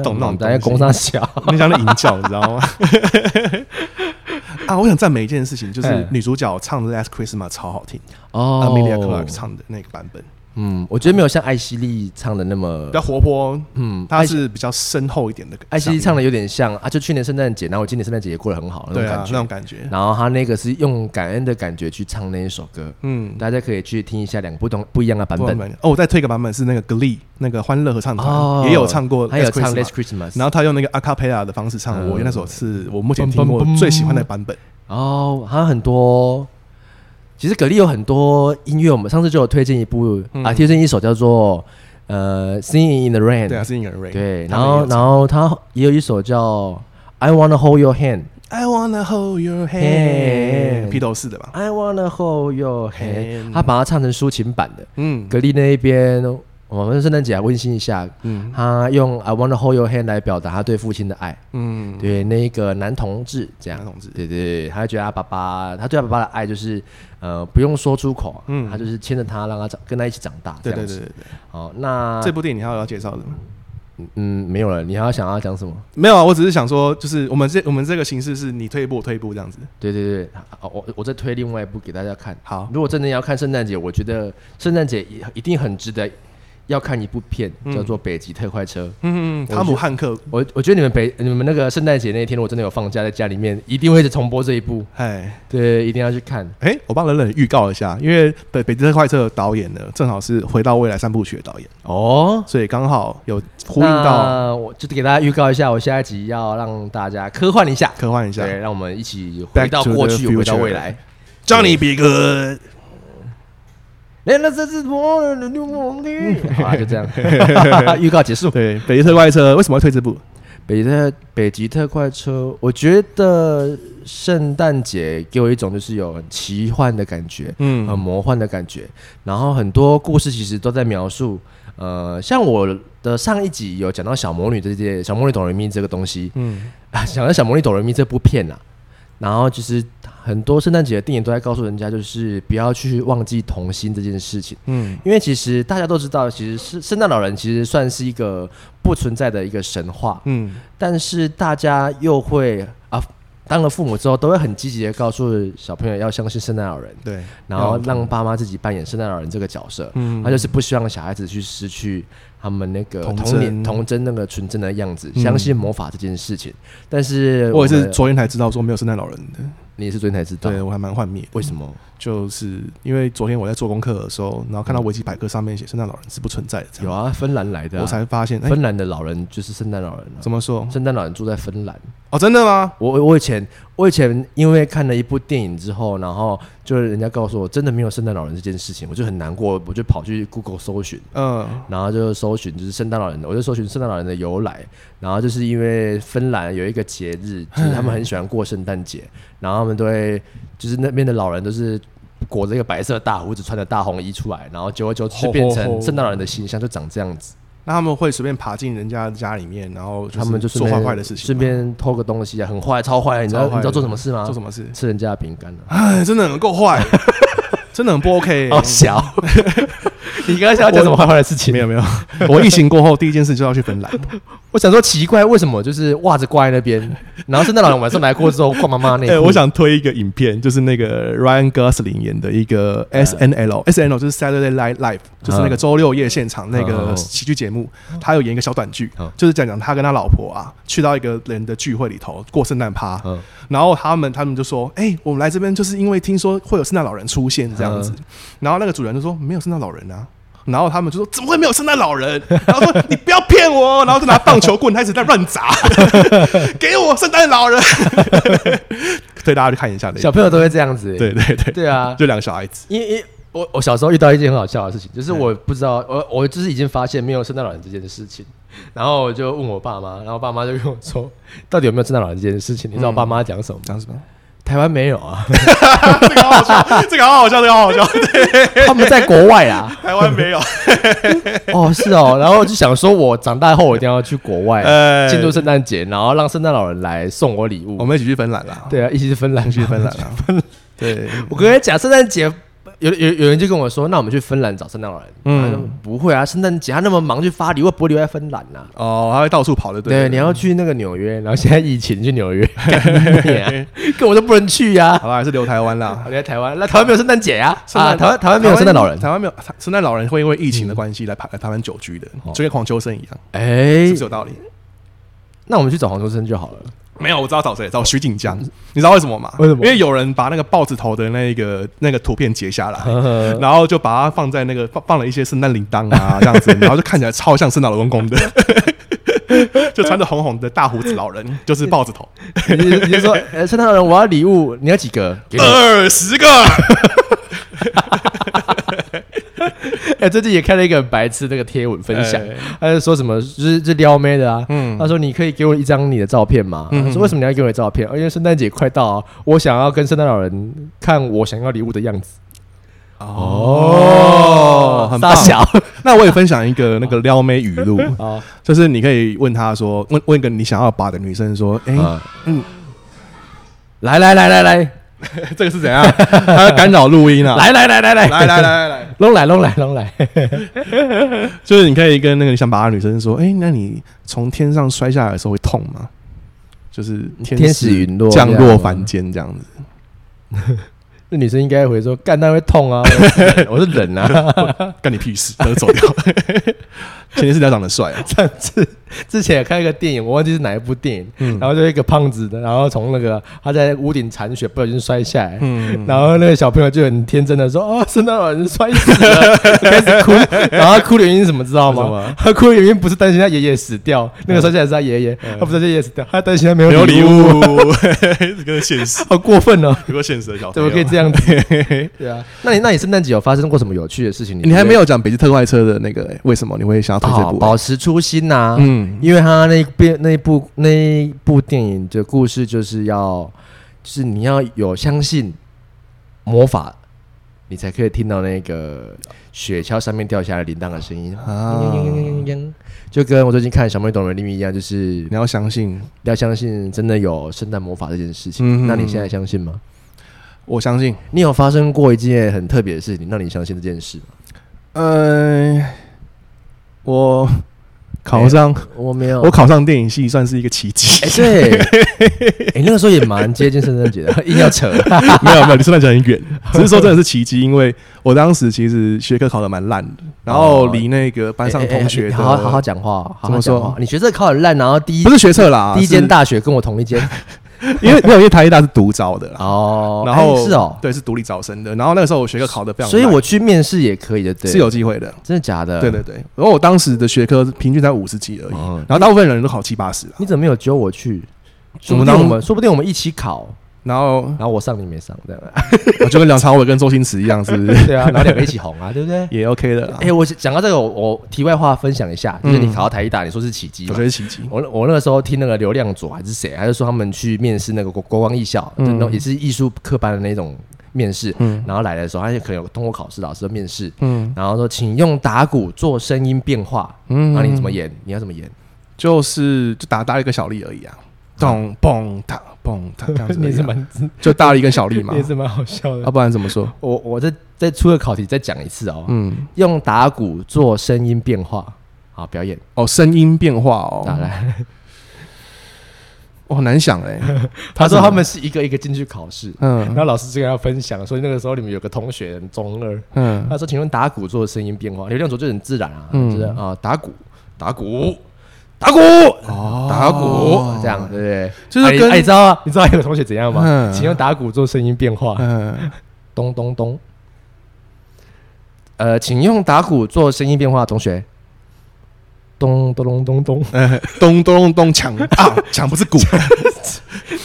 S3: 懂那种
S2: 嗯大家
S3: 东西
S2: 工商小，
S3: 那像在吟叫，你知道吗？ 啊，我想赞美一件事情，就是
S2: 嗯
S3: 女主角唱的《Last Christmas》超好听、a
S2: 哦
S3: m e l i a Clark 唱的那个版本
S2: 嗯，我觉得没有像艾希莉唱的那么
S3: 比较。活泼，
S2: 嗯
S3: 它是比较深厚一点的。
S2: 艾希莉唱的有点像啊，就去年圣诞节，然后我今年圣诞节也过得很好那种
S3: 对
S2: 感
S3: 啊
S2: 觉，，
S3: 那种感觉，
S2: 然后他那个是用感恩的感觉去唱那一首歌，
S3: 嗯。
S2: 大家可以去听一下两个不同不一样的版
S3: 不
S2: 本。
S3: 版哦，我再推一个版本是那个 Glee 那个欢乐合唱团、
S2: 哦
S3: 也有唱过 Last Christmas，
S2: 他有唱 Last Christmas，
S3: 然后他用那个 a cappella 的方式唱，
S2: 嗯
S3: 我那首是我目前
S2: 嘣
S3: 听过
S2: 嘣嘣
S3: 最喜欢的版本。
S2: 哦，还有很多。其实格力有很多音乐，我们上次就有推荐一部、
S3: 嗯
S2: 啊，推荐一首叫做呃《Singing in the Rain
S3: 对》啊，是 In Your Rain。
S2: 对，
S3: 他
S2: 然
S3: 们也有
S2: 后然后他也有一首叫《I Wanna Hold Your Hand》
S3: I wanna hold your hand，
S2: Hand
S3: 披头士的吧？
S2: ，I Wanna Hold Your Hand，
S3: Hand
S2: 他把它唱成抒情版的。
S3: 嗯
S2: 格力那一边，我们圣诞节还温馨一下，
S3: 嗯
S2: 他用 I wanna hold your hand 来表达他对父亲的爱，
S3: 嗯，
S2: 对那个男同志这样
S3: 男，同志
S2: 对对对，他觉得他爸爸，他对他爸爸的爱就是，呃，不用说出口，
S3: 嗯
S2: 嗯，他就是牵着他，让他长跟他一起长大，这
S3: 对
S2: 样
S3: 对
S2: 子
S3: 对对对。
S2: 哦，那
S3: 这部电影你还有要介绍的吗？
S2: 嗯没有了，你还要想要讲什么？
S3: 没有啊，我只是想说，就是我们这我们这个形式是你退一步，我退一步这样子。
S2: 对对对，好我我再推另外一部给大家看。
S3: 好
S2: 如果真的要看圣诞节，我觉得圣诞节一一定很值得要看一部片，叫做《北极特快车》。
S3: 嗯，汤姆汉克，
S2: 我我觉得你们北你们那个圣诞节那一天，如果真的有放假在家里面，一定会一直重播这一部，
S3: 哎
S2: 对，一定要去看。
S3: 哎，我帮冷冷预告一下，因为北北极特快车的导演呢，正好是《回到未来》三部曲的导演，
S2: 哦，
S3: 所以刚好有呼应到
S2: 那我就给大家预告一下，我下一集要让大家科幻一下，
S3: 科幻一下。
S2: 对，让我们一起
S3: Back
S2: 回到
S3: to the
S2: 过去，回到
S3: future
S2: 未来。
S3: Johnny B 哥，
S2: 来，哎那这是我的六梦的，好啊，就这 样，预告结束。
S3: 对北极特快车为什么会推这部？
S2: 北特北极特快车，我觉得圣诞节给我一种就是有很奇幻的感觉，
S3: 嗯
S2: 很魔幻的感觉。然后很多故事其实都在描述，呃，像我的上一集有讲到小魔女这些小魔女哆瑞咪这个东西，
S3: 嗯
S2: 啊， 讲到小魔女哆瑞咪这部片啊，然后就是很多圣诞节的电影都在告诉人家，就是不要去忘记童心这件事情。
S3: 嗯
S2: 因为其实大家都知道，其实是圣诞老人其实算是一个不存在的一个神话，
S3: 嗯
S2: 但是大家又会啊，当了父母之后，都会很积极的告诉小朋友要相信圣诞老人，
S3: 对，
S2: 然后让爸妈自己扮演圣诞老人这个角色。
S3: 嗯
S2: 他就是不希望小孩子去失去他们那个
S3: 童
S2: 童
S3: 真
S2: 年童真那个纯真的样子，
S3: 嗯
S2: 相信魔法这件事情。但是
S3: 我也
S2: 们
S3: 是昨天才知道说没有圣诞老人的，
S2: 你也是昨天才知道
S3: 对我还蛮幻灭的。
S2: 为什么？
S3: 就是因为昨天我在做功课的时候，然后看到维基百科上面写圣诞老人是不存在的，这
S2: 有
S3: 样、
S2: 啊，芬兰来的啊、
S3: 我才发现，哎、
S2: 芬兰的老人就是圣诞老人、啊，
S3: 怎么说？
S2: 圣诞老人住在芬兰。
S3: 哦，真的吗？
S2: 我我以前我以前因为看了一部电影之后，然后就是人家告诉我真的没有圣诞老人这件事情，我就很难过，我就跑去 Google 搜寻，
S3: 嗯
S2: 然后就搜寻就是圣诞老人的，我就搜寻圣诞老人的由来，然后就是因为芬兰有一个节日，就是他们很喜欢过圣诞节，然后他们都会就是那边的老人都是。裹着一个白色大胡子，穿着大红衣出来，然后久而久之就变
S3: 吼吼吼
S2: 成圣诞老人的形象，就长这样子。
S3: 那他们会随便爬进人家的家里面，然后
S2: 他们就
S3: 做
S2: 顺
S3: 坏
S2: 便
S3: 坏的事情
S2: 顺
S3: 吗，
S2: 便偷个东西啊，很坏，超坏的。你知道
S3: 超坏的
S2: 你知道做什么事吗？
S3: 做什么事？
S2: 吃人家的饼干啊，
S3: 哎，真的很够 坏，真的很不 OK、哎
S2: 好小。 你刚刚想要讲什么坏坏的事情？
S3: 没有没有，我疫情过后第一件事就要去芬兰，
S2: 我想说奇怪，为什么就是袜子挂在那 边，然后圣诞老人晚上来过之后挂妈妈那
S3: 哎、我想推一个影片，就是那个 Ryan Gosling 演的一个
S2: 嗯
S3: S N L S N L 就是 Saturday Night Live，就是那个周六夜现场那
S2: 嗯
S3: 个喜剧节目，他有演一个小短剧
S2: 嗯，
S3: 就是讲讲他跟他老婆啊去到一个人的聚会里头过圣诞趴
S2: 嗯，
S3: 然后他们他们就说，哎、我们来这边就是因为听说会有圣诞老人出现这样子，然后那个主人就说没有圣诞老人啊。然后他们就说：“怎么会没有圣诞老人？” 然后说：“你不要骗我哦！”然后就拿棒球棍开始在乱砸， 给我圣诞老人。 推大家去看一下那个
S2: 小朋友都会这样子、欸，
S3: 对对对，
S2: 对啊，
S3: 就两个小孩子，
S2: 因为因为我我小时候遇到一件很好笑的事情，就是我不知道，我我就是已经发现没有圣诞老人这件事情，然后我就问我爸妈，然后爸妈就跟我说，到底有没有圣诞老人这件事情？你知道我爸妈讲什么吗？
S3: 讲什么？
S2: 台湾没有 啊，
S3: 这个好好笑， 这个好好笑，这个好好笑。对，
S2: 他们在国外啊。
S3: 台湾没有。
S2: 哦，是哦，然后我就想说，我长大后我一定要去国外
S3: 哎
S2: 庆祝圣诞节，然后让圣诞老人来送我礼
S3: 我
S2: 物。
S3: 们一起去芬兰啦，
S2: 对啊，一起去芬兰，
S3: 一起 去芬兰啊啦。 对，
S2: 我跟你讲，圣诞节有有有人就跟我说，那我们去芬兰找圣诞老人。
S3: 嗯
S2: 嗯，不会啊，圣诞节他那么忙，去发礼物不会留在芬兰呐、啊。
S3: 哦，他会到处跑的，
S2: 对，
S3: 对。
S2: 你要去那个纽约，然后现在疫情去纽 约，干你啊跟我都不能去呀、啊。
S3: 好吧，还是留台湾啦。
S2: 我在台湾，那台湾没有圣诞节啊？
S3: 圣
S2: 啊，
S3: 诞
S2: 台湾台湾没有圣诞老人。嗯
S3: 台湾没有圣诞老人会因为疫情的关系来台来台湾久居的，
S2: 哦
S3: 就跟黄秋生一样，
S2: 哎
S3: 是不是，有道理？
S2: 那我们去找黄秋生就好了。
S3: 没有，我知道找谁，找徐锦江。你知道为什么吗？
S2: 嗯为什么
S3: 因为有人把那个豹子头的那个那个图片截下来，然后就把它放在那个放放了一些圣诞铃铛 啊这样子，然后就看起来超像圣诞老公公的， 就穿着红红的大胡子老人，就是豹子头，
S2: 你就你就说， 呃，圣诞老人，我要礼物，你要几个？给你。
S3: 二十个。
S2: 哎，最近也看了一个很白痴那个贴文分享
S3: 哎，嗯
S2: 他就说什么，就是这撩妹的啊，他说你可以给我一张你的照片吗？我说为什么你要给我照片？哦因为圣诞节快到啊，我想要跟圣诞老人看我想要礼物的样子。
S3: 哦很
S2: 大
S3: 棒。
S2: 小
S3: 那我也分享一个那个撩妹语录，
S2: 啊，
S3: 就是你可以问她说，问问一个你想要把的女生说，哎、
S2: 嗯， 来来来来来
S3: 这个是怎样？她干扰录音啊？
S2: 来来来来来
S3: 来来来，来来。
S2: 弄来弄来弄来，
S3: 就是你可以跟那个你想把的女生说，哎、那你从天上摔下来的时候会痛吗？就是天
S2: 天使陨落
S3: 降
S2: 这
S3: 落
S2: 样
S3: 凡间这样子，
S2: 那女生应该回说干那会痛 啊，我是人我是人啊。
S3: 干你屁 事，等走掉。前提是你要长得帅啊，
S2: 上次之前也看一个电影，我忘记是哪一部电影，
S3: 嗯
S2: 然后就一个胖子的，然后从那个他在屋顶铲雪，不小心摔下来，
S3: 嗯
S2: 然后那个小朋友就很天真的说：“哦，圣诞老人摔死 了。”开始哭，然后他哭的原因是什么知道
S3: 为什
S2: 吗
S3: 么？
S2: 他哭的原因不是担心他爷爷死掉，那个摔下来是他爷爷，他不是他爷爷死掉，他担心他没
S3: 嗯没有
S2: 有
S3: 礼
S2: 礼物，
S3: 物，这个现实，
S2: 好过分 哦！
S3: 有个现实的小
S2: 怎
S3: 朋友
S2: 么可以这样 子？对啊，那你那你圣诞节有发生过什么有趣的事情？
S3: 你还没有讲北极特快车的那个、为什么你会想要推这
S2: 好，
S3: 部？
S2: 保持哦初心啊呐、
S3: 嗯
S2: 因为他那边那一部那一部电影的故事就是要，就是你要有相信魔法，你才可以听到那个雪橇上面掉下来铃铛的声音，
S3: 啊
S2: 就跟我最近看《小妹懂了秘密》一样，就是
S3: 你要相信，
S2: 要相信真的有圣诞魔法这件事
S3: 嗯
S2: 情。
S3: 哼
S2: 那你现在相信吗？
S3: 我相信。
S2: 你有发生过一件很特别的事情，让你相信这件事吗？
S3: 呃，我考上，
S2: 我没有，
S3: 我考上电影系算是一个奇迹
S2: 嗯哎、。对，哎、那个时候也蛮接近圣诞节的， 硬要扯。
S3: 没有没有，离圣诞节很 远，只是说真的是奇迹，因为我当时其实学科考得蛮烂的，然后离那个班上同
S2: 哦哎
S3: 学
S2: 哎哎好
S3: 的，
S2: 好好好讲话，好
S3: 怎
S2: 好讲
S3: 么说
S2: 话。你学这考很烂，然后第一
S3: 不是学测啦，
S2: 第一间
S3: 是，
S2: 大学跟我同 一间
S3: 因为没有因为台艺大是独招的啦，
S2: 哦，
S3: 然后
S2: 哎是哦，
S3: 对，是独立招生的，然后那个时候我学科考得非常烂，
S2: 所以我去面试也可以的，对，
S3: 是有机会的，
S2: 真的假的？
S3: 对啊对对，然后我当时的学科平均在五十几而已，
S2: 哦
S3: 然后大部分人都考七八十啦，
S2: 你怎么没有揪我去？说不
S3: 我们
S2: 定
S3: 当
S2: 我们说不定我们一起考，
S3: 然后
S2: 然后我上你没上，这样
S3: 我就跟梁朝伟跟周星驰一样，是不是
S2: 对啊， 然后两个一起红啊，对不对？
S3: 也 OK 的啦
S2: 哎、，我讲到这个，我我题外话分享一下，就是你
S3: 嗯
S2: 考到台艺大，你说是奇迹
S3: 我
S2: 嘛
S3: 觉？得奇迹，
S2: 我那我那个时候听那个刘亮佐还是谁，他就说他们去面试那个国国光艺校，就那种也是艺术科班的那种面试，然后来的时候他就可能有通过考试，老师的面试，然后说请用打鼓做声音变化，嗯，那你怎么演？你要怎么演？
S3: 就是就打大一个小力而已啊，咚嘣哒嘣哒这样子而已啊，
S2: 你
S3: 就大力跟小 力嘛，啊
S2: 是蛮好笑
S3: 要。不然怎么说？
S2: 我我再再出个考题再讲一次哦，
S3: 嗯，
S2: 用打鼓做声音变化，好，表演
S3: 哦，声音变化
S2: 打
S3: 哦，
S2: 来。
S3: 我很难想哎。
S2: 他
S3: 怎
S2: 说
S3: 么
S2: 他们是一个一个进去考试，然
S3: 嗯
S2: 后老师这个要分享，所以那个时候你们有个同学很中二，
S3: 嗯，
S2: 他说：“请问打鼓做的声音变化，有两种就很自然啊，
S3: 嗯
S2: 就是啊、打鼓，打鼓，打鼓，
S3: 哦
S2: 打鼓，这样对不对？
S3: 就是
S2: 啊你
S3: 跟
S2: 啊你知道啊你知道有个同学怎样吗？
S3: 嗯
S2: 请用打鼓做声音变化，
S3: 嗯，
S2: 咚咚咚。呃，请用打鼓做声音变化，同学。嗯咚咚咚咚咚
S3: 哎咚咚咚锵啊，锵不是 鼓。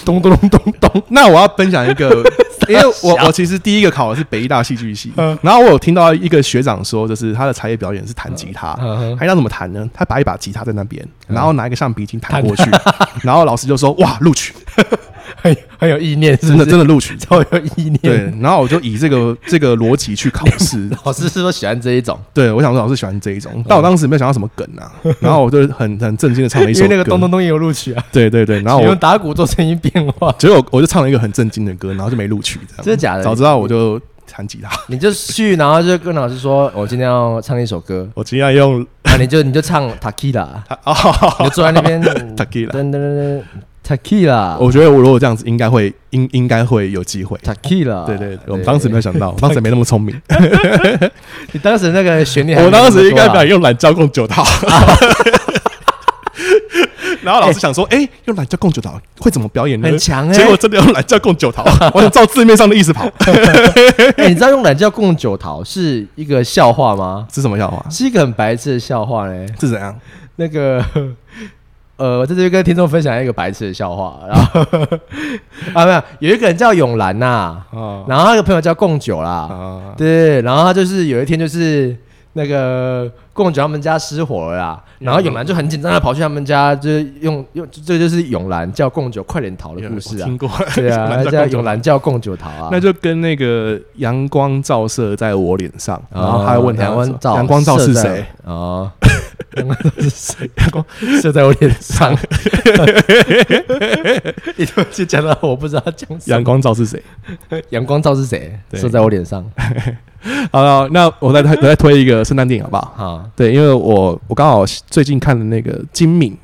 S2: 咚咚咚咚咚，
S3: 那我要分享一个， 因为我
S2: 小
S3: 我其实第一个考的是北医大戏剧系
S2: 嗯，
S3: 然后我有听到一个学长说，就是他的才艺表演是弹吉他
S2: 嗯嗯嗯，嗯
S3: 他要怎么弹呢？他把一把吉他在那边，然后拿一个橡皮筋弹过去， 然后老师就说哇录取，
S2: 很很有意念，是
S3: 真
S2: 不
S3: 的
S2: 是？
S3: 真的录取，
S2: 超有意念。
S3: 对，，然后我就以这 个这个逻辑去考试，
S2: 老师是说喜欢这一种，
S3: 对我想说老师喜欢这一
S2: 嗯
S3: 种，但我当时没有想到什么梗 啊，然后我就很很震惊的唱了一
S2: 因
S3: 首
S2: 为那个
S3: 歌
S2: 咚咚咚也有录取啊。
S3: 对对对，然后
S2: 请
S3: 我
S2: 用打鼓做声音变化，
S3: 结果我就唱了一个很震惊的歌，然后就没录取，这样
S2: 真的假的？
S3: 早知道我就弹吉他，
S2: 你就去，然后就跟老师说，我今天要唱一首歌，
S3: 我尽量用
S2: 那你就你就唱 Takila，你
S3: 哦
S2: 就坐在那边
S3: Tequila
S2: 噔噔噔噔 Takila，Takila，
S3: 我觉得我如果这样子，应该会应应该会有 机会。对对，对我们当时没有想到，我当时没那么聪明，
S2: 你当时那个旋律还
S3: 我
S2: 没那么多啊，
S3: 当时应该把用懒觉共九 套。然后老师想说，哎，用懒觉共九套会怎么表演呢？
S2: 很强欸
S3: 结果真的用懒觉共九套，我想照字面上的意思跑，
S2: 哎，你知道用懒觉共九桃是一个笑话吗？
S3: 是什么 笑话？
S2: 是一个很白痴的笑话嘞。
S3: 是怎样？
S2: 那个，呃，我在这边跟听众分享一个白痴的笑话，然后 啊，没有，有一个人叫永兰呐、
S3: 哦
S2: 然后他有个朋友叫贡九啦，
S3: 啊，
S2: 对，然后他就是有一天就是那个贡九他们家失火了啦，
S3: 嗯
S2: 然后永兰就很紧张的跑去他们家，就是用用这就是永兰叫贡九快点逃的故事
S3: 我
S2: 啊
S3: 听， 过，
S2: 对啊，
S3: 懒
S2: 他
S3: 觉
S2: 叫
S3: 共九
S2: 永
S3: 桃
S2: 兰叫贡九逃啊，
S3: 那就跟那个阳光照射在我脸上，然后他还问他
S2: 阳哦光照
S3: 阳光照是
S2: 射在
S3: 谁？
S2: 哦，阳光照是谁？阳光射在我脸 上，你突然间讲到我不知道讲什
S3: 阳
S2: 么。
S3: 光照是谁？
S2: 阳光照是谁？
S3: 对
S2: 射在我脸上
S3: 好了，那我再推我再推一个圣诞电影好不好？
S2: 啊！
S3: 对，因为我我刚好最近看的那个金敏，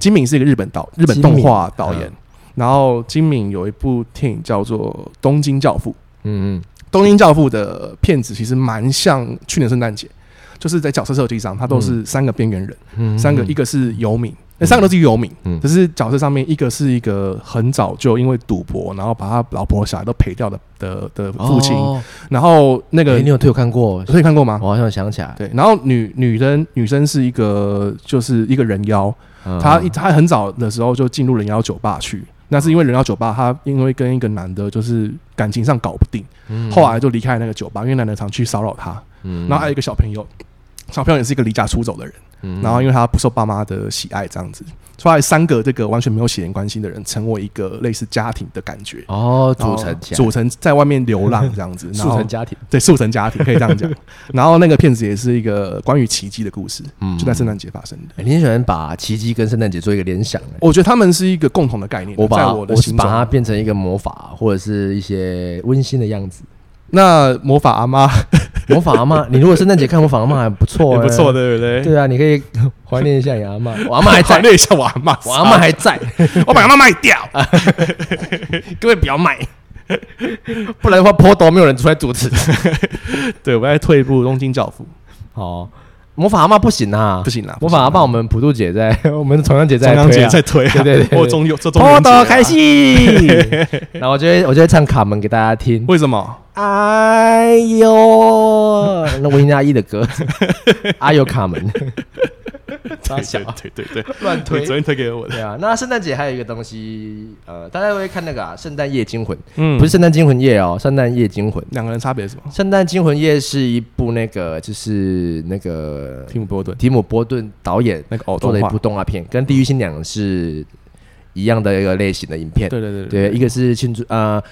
S3: 金敏是一个日本导日本动画导演，
S2: 嗯
S3: 然后金敏有一部电影叫做《东京教父》，
S2: 嗯嗯，
S3: 《东京教父》的片子其实蛮像去年圣诞节，就是在角色设计上，它都是三个边缘人，
S2: 嗯
S3: 三个一个是游民，那、三个都是游民，
S2: 嗯
S3: 只是角色上面一个是一个很早就因为赌博，然后把他老婆小孩都赔掉的的的父亲，
S2: 哦
S3: 然后那个
S2: 诶你有推我看过？
S3: 所以看过吗？
S2: 我好像想起来，
S3: 啊对，然后女女生女生是一个就是一个人妖，
S2: 嗯
S3: 她一她很早的时候就进入人妖酒吧去，那是因为人妖酒吧她因为跟一个男的就是感情上搞不定，
S2: 嗯
S3: 后来就离开那个酒吧，因为男的常去骚扰她，
S2: 嗯
S3: 然后还有一个小朋友，小朋友也是一个离家出走的人，
S2: 嗯
S3: 然后因为他不受爸妈的喜爱，这样子，所以三个这个完全没有血缘关系的人成为一个类似家庭的感觉，
S2: 哦
S3: 然后
S2: 组成起来，
S3: 组成在外面流浪这样子，然
S2: 组
S3: 后
S2: 成家庭，
S3: 对，速成家庭可以这样 讲。然后那个片子也是一个关于奇迹的故事，
S2: 嗯
S3: 就在圣诞节发生的。
S2: 诶你很喜欢把奇迹跟圣诞节做一个联想，诶哎
S3: 我觉得他们是一个共同的概念，
S2: 我
S3: 嗯在
S2: 把
S3: 我的
S2: 是
S3: 心
S2: 把它
S3: 中。
S2: 变成一个魔法或者是一些温馨的样子。
S3: 那魔法 阿妈
S2: 魔法阿 妈，你如果圣诞节看魔法阿妈还不错、
S3: 也
S2: 欸，
S3: 不错，。对不对？
S2: 对啊，你可以怀念一下你阿 妈，我阿妈还
S3: 怀
S2: 在，
S3: 念一下我阿妈，
S2: 我阿妈还 啊在，
S3: 我把阿妈卖 掉。
S2: 各位不要卖， 不然的话坡斗没有人出来主持。
S3: 对，我再退一步，《东京教父
S2: 哦，魔法阿妈不行啊，》
S3: 不行啦，
S2: 魔法阿
S3: 不
S2: 妈我们普渡姐在，我们重阳节在
S3: 行啦，中
S2: 推
S3: 央节
S2: 啊，
S3: 在推啊，
S2: 对对对对
S3: 或中有这中
S2: 坡
S3: 元节啊
S2: 斗开。 心。然后我就会我就会唱卡门给大家听，
S3: 为什么？
S2: 哎呦，那温妮阿姨的 歌，阿呦卡门，
S3: 对
S2: 傻小
S3: 对对对，对
S2: 乱
S3: 你昨天推给我的，
S2: 对啊，那圣诞节还有一个东西，呃，大家会看那个啊，《圣诞夜惊魂》
S3: 嗯
S2: 不是《圣诞惊魂夜》哦，《圣诞夜惊魂》。
S3: 两个人差别是什么？
S2: 《圣诞惊魂夜》是一部那个就是那个
S3: 蒂姆波顿
S2: 提姆波顿导演
S3: 那个偶
S2: 做
S3: 动
S2: 的一
S3: 画
S2: 部，动画片，跟《地狱新娘》是一样的一个类型的影片。
S3: 对对对
S2: 对，一个是庆祝呃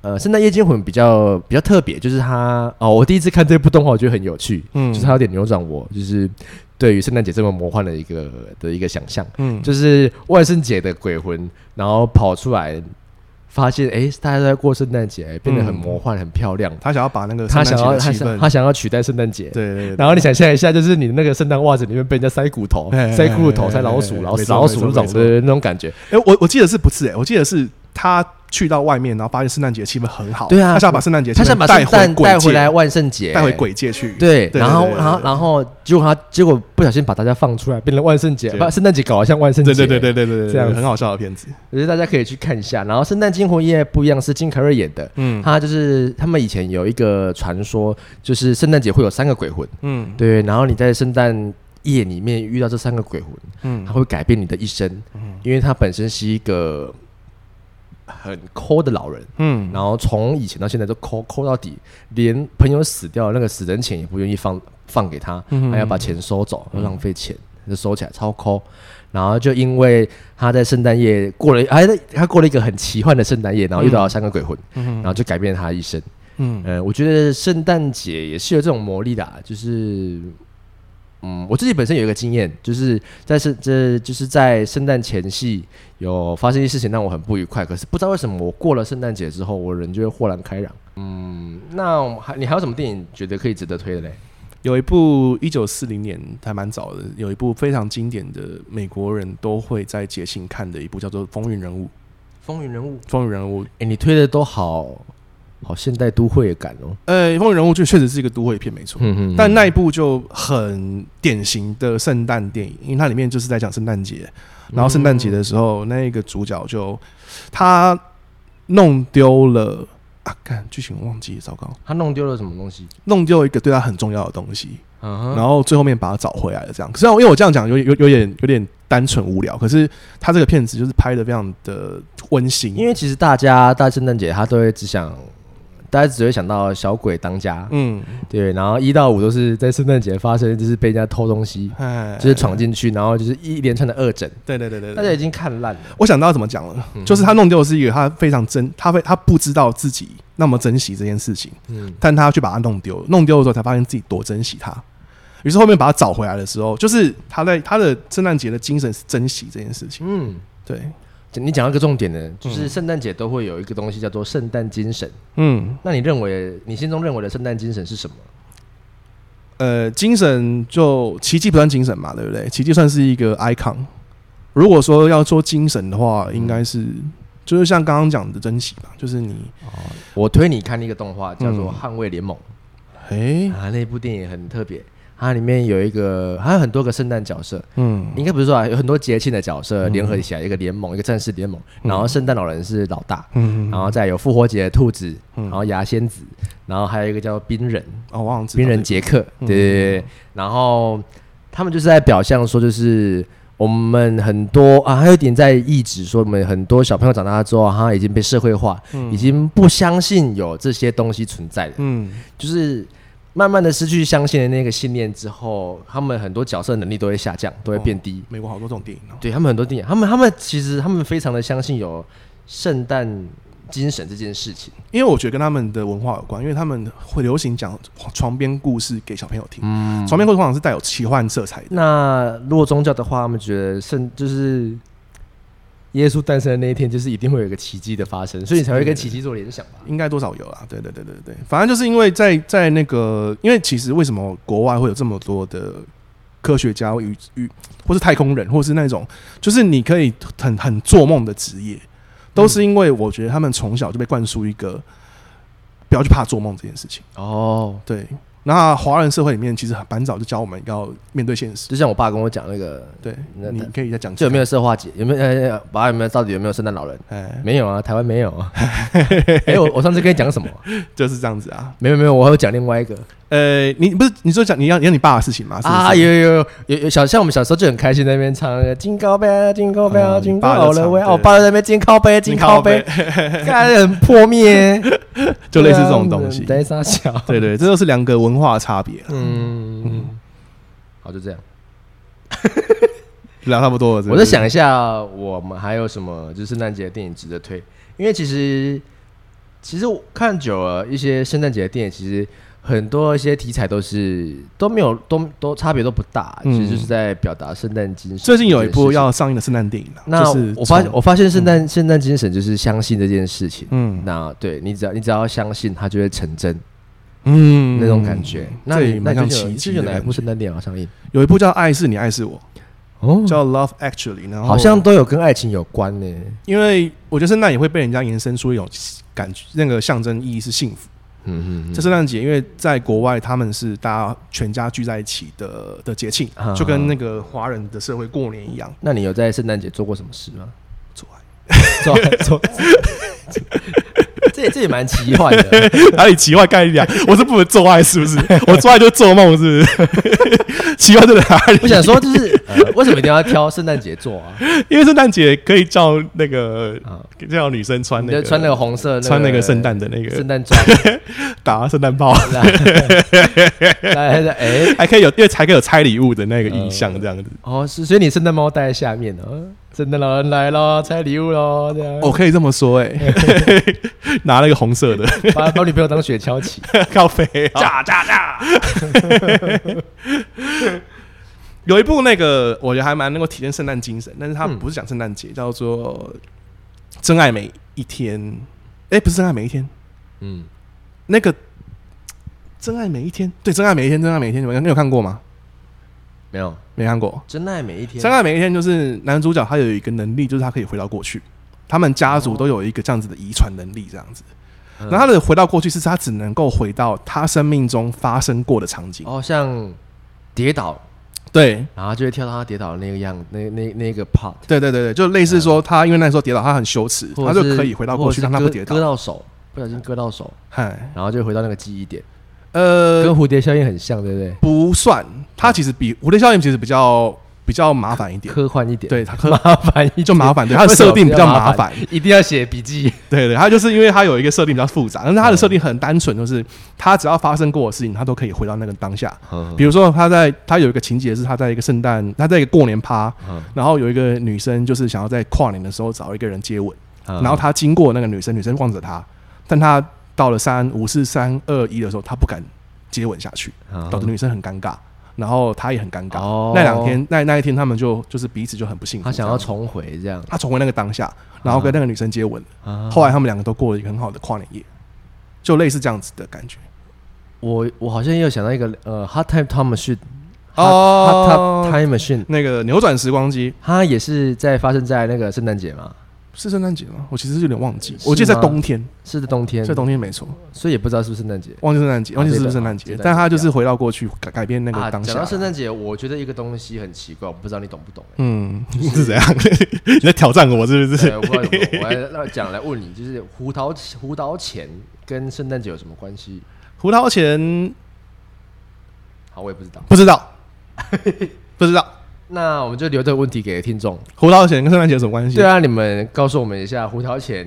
S2: 呃，圣诞夜惊魂比较比较特别，就是它哦，我第一次看这部动画，我觉得很有趣，
S3: 嗯
S2: 就是它有点扭转我就是对于圣诞节这么魔幻的一个的一个想象，
S3: 嗯
S2: 就是万圣节的鬼魂，然后跑出来。发现，哎，大家都在过圣诞节，变得很魔幻、很漂亮。
S3: 他想要把那个
S2: 他
S3: 嗯圣
S2: 想
S3: 诞
S2: 要，
S3: 节
S2: 他
S3: 的气
S2: 想，
S3: 氛，
S2: 他想要取代圣诞节。
S3: 对对对，
S2: 然后你想象一下，就是你那个圣诞袜子里面被人家塞骨头、
S3: 哎哎
S2: 塞骷髅头、
S3: 哎
S2: 塞老
S3: 哎
S2: 鼠、
S3: 哎
S2: 老
S3: 没
S2: 鼠、
S3: 错
S2: 老鼠
S3: 没
S2: 那
S3: 错
S2: 种
S3: 没错
S2: 的那种感觉。
S3: 哎、我我记得是不是、哎，我记得是他去到外面，然后发现圣诞节气氛很好，
S2: 对啊
S3: 他想把圣诞节气
S2: 他
S3: 氛
S2: 想把
S3: 带
S2: 圣
S3: 回
S2: 诞
S3: 鬼
S2: 带
S3: 界
S2: 回来，万圣节，
S3: 带回鬼界去，
S2: 对，然后
S3: 对对
S2: 然后然后结果他结果不小心把大家放出来，变成万圣节，
S3: 对
S2: 把圣诞节搞得像万圣节。
S3: 对对对对对对对，
S2: 这样子
S3: 很好笑的片子，
S2: 我觉得大家可以去看一下。然后《圣诞惊魂夜》不一样，是金凯瑞演的。
S3: 嗯
S2: 他就是他们以前有一个传说，就是圣诞节会有三个鬼魂，
S3: 嗯
S2: 对，然后你在圣诞夜里面遇到这三个鬼魂，
S3: 嗯
S2: 它会改变你的一生，因为他本身是一个很抠的老人，
S3: 嗯，
S2: 然后从以前到现在都抠抠到底，连朋友死掉那个死人钱也不愿意放放给他，
S3: 嗯
S2: 还要把钱收走，要浪费钱，就收起来超抠。然后就因为他在圣诞夜过了，还他过了一个很奇幻的圣诞夜，然后遇到了三个鬼魂，然后就改变了他的一生。
S3: 嗯
S2: 呃，我觉得圣诞节也是有这种魔力的、啊，就是。嗯，我自己本身有一个经验，就是在圣这就是在圣诞前夕有发生一些事情让我很不愉快，可是不知道为什么我过了圣诞节之后，我人就会豁然开朗。嗯，那我们还你还有什么电影觉得可以值得推的嘞？
S3: 有一部一九四零年还蛮早的，有一部非常经典的美国人都会在节庆看的一部叫做《风云人物》。
S2: 风云人物，
S3: 风云人物，
S2: 哎、你推的都好好现代都会感哦。
S3: 呃，《风云人物》就确实是一个都会片，没错。
S2: 嗯嗯
S3: 但那一部就很典型的圣诞电影，因为它里面就是在讲圣诞节，
S2: 嗯
S3: 然后圣诞节的时候，那个主角就他弄丢了啊，看剧情我忘记了，糟糕，
S2: 他弄丢了什么东西？
S3: 弄丢一个对他很重要的东西，
S2: 嗯
S3: 然
S2: 哼，
S3: 后最后面把它找回来了。这样，虽然因为我这样讲有有有点有点单纯无聊，可是他这个片子就是拍的非常的温馨，
S2: 因为其实大家大圣诞节他都会只想，大家只会想到小鬼当家，
S3: 嗯，
S2: 对，然后一到五都是在圣诞节发生，就是被人家偷东西，
S3: 哎，
S2: 就是闯进去，然后就是一连串的恶整，
S3: 对对对对
S2: 大家
S3: 对，
S2: 已经看烂了。
S3: 我想到怎么讲了，
S2: 嗯
S3: 就是他弄丢的是一个他非常珍，他非他不知道自己那么珍惜这件事情，
S2: 嗯
S3: 但他去把它弄丢，弄丢的时候才发现自己多珍惜它。于是后面把它找回来的时候，就是他在他的圣诞节的精神是珍惜这件事情。
S2: 嗯，
S3: 对，
S2: 你讲到一个重点呢，就是圣诞节都会有一个东西叫做圣诞精神。
S3: 嗯，
S2: 那你认为你心中认为的圣诞精神是什么？
S3: 呃，精神就奇迹不算精神嘛，对不对？奇迹算是一个 icon。如果说要说精神的话，应该是
S2: 嗯
S3: 就是像刚刚讲的珍惜吧，就是你，
S2: 我推你看一个动画叫做《捍卫联盟》
S3: 哎，
S2: 啊，那部电影很特别，它里面有一个，它有很多个圣诞角色，
S3: 嗯
S2: 应该不是说啊，有很多节庆的角色联合起来一个联盟，一个战士联盟，然后圣诞老人是老大，
S3: 嗯，
S2: 然后再有复活节的兔子，然后牙仙子，然后还有一个叫冰人，
S3: 哦，我忘记
S2: 冰人杰克，对对对对，然后他们就是在表象说，就是我们很多啊，还有一点在意指说，我们很多小朋友长大之后，他已经被社会化，已经不相信有这些东西存在了，
S3: 嗯
S2: 就是。慢慢的失去相信的那个信念之后，他们很多角色能力都会下降，都会变低。
S3: 美国好多这种电影哦，
S2: 对他们很多电影，他们他们其实他们非常的相信有圣诞精神这件事情。
S3: 因为我觉得跟他们的文化有关，因为他们会流行讲床边故事给小朋友听，床边故事往往是带有奇幻色彩的，
S2: 那如果宗教的话，他们觉得圣就是耶稣诞生的那一天，就是一定会有一个奇迹的发生，所以你才会跟奇迹做联想吧？
S3: 应该多少有啦，对对对对对，反正就是因为在在那个，因为其实为什么国外会有这么多的科学家与与或是太空人，或是那种就是你可以很很做梦的职业，都是因为我觉得他们从小就被灌输一个不要去怕做梦这件事情。
S2: 哦，
S3: 对，那华人社会里面其实蛮早就教我们要面对现实。
S2: 就像我爸跟我讲那个，
S3: 对，
S2: 那
S3: 你可以再讲
S2: 这有没有社化节？有没有？呃，爸有没有？到底有没有圣诞老人？
S3: 哎，
S2: 没有啊，台湾没有 啊。哎、我我上次跟你讲什么？
S3: 就是这样子啊。
S2: 没有没有，我还有讲另外一个
S3: 呃，你不是你说讲你要你要你爸的事情吗？是不是
S2: 啊，有有有有有小像我们小时候就很开心在那边唱那个《金高杯》《金高杯》《
S3: 嗯
S2: 金
S3: 你爸就
S2: 高了
S3: 唱
S2: 喂》，
S3: 对
S2: 哦，我爸在那边金高杯金高杯，干很破 灭，
S3: 就类似这种东西。
S2: 对啊嗯在傻笑。
S3: 对对，这就是两个文化差别啦，
S2: 嗯，好，就这样。
S3: 啊聊差不多了。这个
S2: 我在，想一下，我们还有什么就是圣诞节的电影值得推？因为其实其实我看久了一些圣诞节的电影，其实很多一些题材都是都没有都都差别都不大，其实就是在表达圣诞精神。
S3: 嗯最近有一部要上映的圣诞电影了，
S2: 那
S3: 就是
S2: 我发
S3: 从
S2: 我发现圣诞圣诞精神就是相信这件事情。
S3: 嗯
S2: 那对你只要你只要相信，它就会成真
S3: 嗯
S2: 那种感觉。那
S3: 这
S2: 你
S3: 也
S2: 那
S3: 蛮
S2: 你
S3: 像
S2: 最近
S3: 奇
S2: 有最
S3: 迹
S2: 近
S3: 的
S2: 有哪一
S3: 感
S2: 部
S3: 觉。
S2: 圣诞电影要上映？
S3: 有一部叫《爱是你，爱是我
S2: 哦》，
S3: 叫《Love Actually》，然后
S2: 好像都有跟爱情有关呢。
S3: 因为我觉得圣诞也会被人家延伸出一种感觉，那个象征意义是幸福。
S2: 嗯嗯
S3: 这圣诞节，因为在国外他们是大家全家聚在一起的的节庆
S2: 啊，
S3: 就跟那个华人的社会过年一样。
S2: 那你有在圣诞节做过什么事 吗？
S3: 做爱
S2: 做做， 这这也蛮奇幻的。
S3: 哪里奇怪概念啊？我是不能做爱， 是不是？我做爱就做梦，是不 是？奇怪在哪里？
S2: 我想说，就是、呃、为什么一定要挑圣诞节做啊？
S3: 因为圣诞节可以叫那个
S2: 啊
S3: 叫女生穿
S2: 你
S3: 那个
S2: 就穿那个红色、那个，
S3: 穿那个圣诞的那个
S2: 圣诞 装，
S3: 打圣诞炮，
S2: 来来来，哎、
S3: 还可以有因为才可以有拆礼物的那个意向这样子。
S2: 哦，是，所以你圣诞猫戴在下面哦，圣诞老人来咯，拆礼物咯，这样，
S3: 我可以这么说哎、 拿那个红色的
S2: 把把女朋友当雪橇骑。
S3: 靠飞、炸炸炸！ 有一部那个我觉得还蛮能够体现圣诞精神，但是它不是讲圣诞节，叫做《真爱每一天》。哎，不是《真爱每一天》，
S2: 嗯，
S3: 那个《真爱每一天》对，《真爱每一天》，《真爱每一天》，你们你有看过吗？
S2: 没有，
S3: 没看过。
S2: 真爱每一天，
S3: 真爱每一天就是男主角他有一个能力，就是他可以回到过去。他们家族都有一个这样子的遗传能力，这样子。
S2: 嗯
S3: 那他的回到过去是他只能够回到他生命中发生过的场景。
S2: 哦，像跌倒，
S3: 对，
S2: 然后就会跳到他跌倒的那个样，那那那个 part，
S3: 对对对对，就类似说他因为那时候跌倒，他很羞耻，
S2: 或
S3: 他
S2: 者
S3: 就是可以回到过去，
S2: 或者是
S3: 让他不
S2: 割
S3: 跌
S2: 割
S3: 倒。
S2: 到手，不小心割到手，
S3: 嗨，
S2: 然后就回到那个记忆点，跟
S3: 呃，
S2: 蝴蝶效应很像，对不对？
S3: 不算，他其实比蝴蝶效应其实比较比较麻烦一点。
S2: 科幻一点，
S3: 对，他
S2: 麻烦一点，
S3: 就麻烦，对他的设定比较麻烦。，
S2: 一定要写笔记。
S3: 对对，他就是因为他有一个设定比较复杂，但
S2: 嗯
S3: 是他的设定很单纯，就是他只要发生过的事情，他都可以回到那个当下。
S2: 嗯
S3: 比如说，他在他有一个情节是他在一个圣诞，他在一个过年趴，然后有一个女生就是想要在跨年的时候找一个人接吻，
S2: 然
S3: 然后他经过那个女生，女生望着他，但他到了三五四三二一的时候，他不敢接吻下去，导致女生很尴尬，然后他也很尴尬。
S2: 嗯哦
S3: 那两天那那一天他们就就是彼此就很不幸福，
S2: 他想要嗯
S3: 这样
S2: 重回这样，
S3: 他重回那个当下，然后跟那个女生接吻。
S2: 啊
S3: 后来他们两个都过了一个很好的跨年夜，就类似这样子的感觉。
S2: 我我好像也有想到一个呃，Hot Time Time Machine，
S3: 哦
S2: Hot Time Machine，
S3: 那个扭转时光机
S2: 它也是在发生在那个圣诞节嘛，
S3: 是圣诞节吗？我其实有点忘记，
S2: 是吗
S3: 我记得在冬天，
S2: 是冬天，
S3: 在冬天没错，
S2: 所以也不知道是不是圣诞节。
S3: 忘记圣诞节，忘记是不是圣诞
S2: 对
S3: 节
S2: 的，
S3: 但他就是回到过去改改变那
S2: 啊，
S3: 个当
S2: 讲
S3: 下
S2: 到。圣诞节，我觉得一个东西很奇怪，我不知道你懂不懂、欸。
S3: 嗯，是怎样？ 你在挑战我是不
S2: 对，我不知道你懂不懂，我来那讲来问你，就是胡桃胡桃钳跟圣诞节有什么关系？
S3: 胡桃钳
S2: 好，我也不知道。
S3: 不知道，不知道
S2: 那我们就留这个问题给听众。
S3: 胡桃钳跟圣诞节有什么关系？
S2: 对，啊，你们告诉我们一下，胡桃钳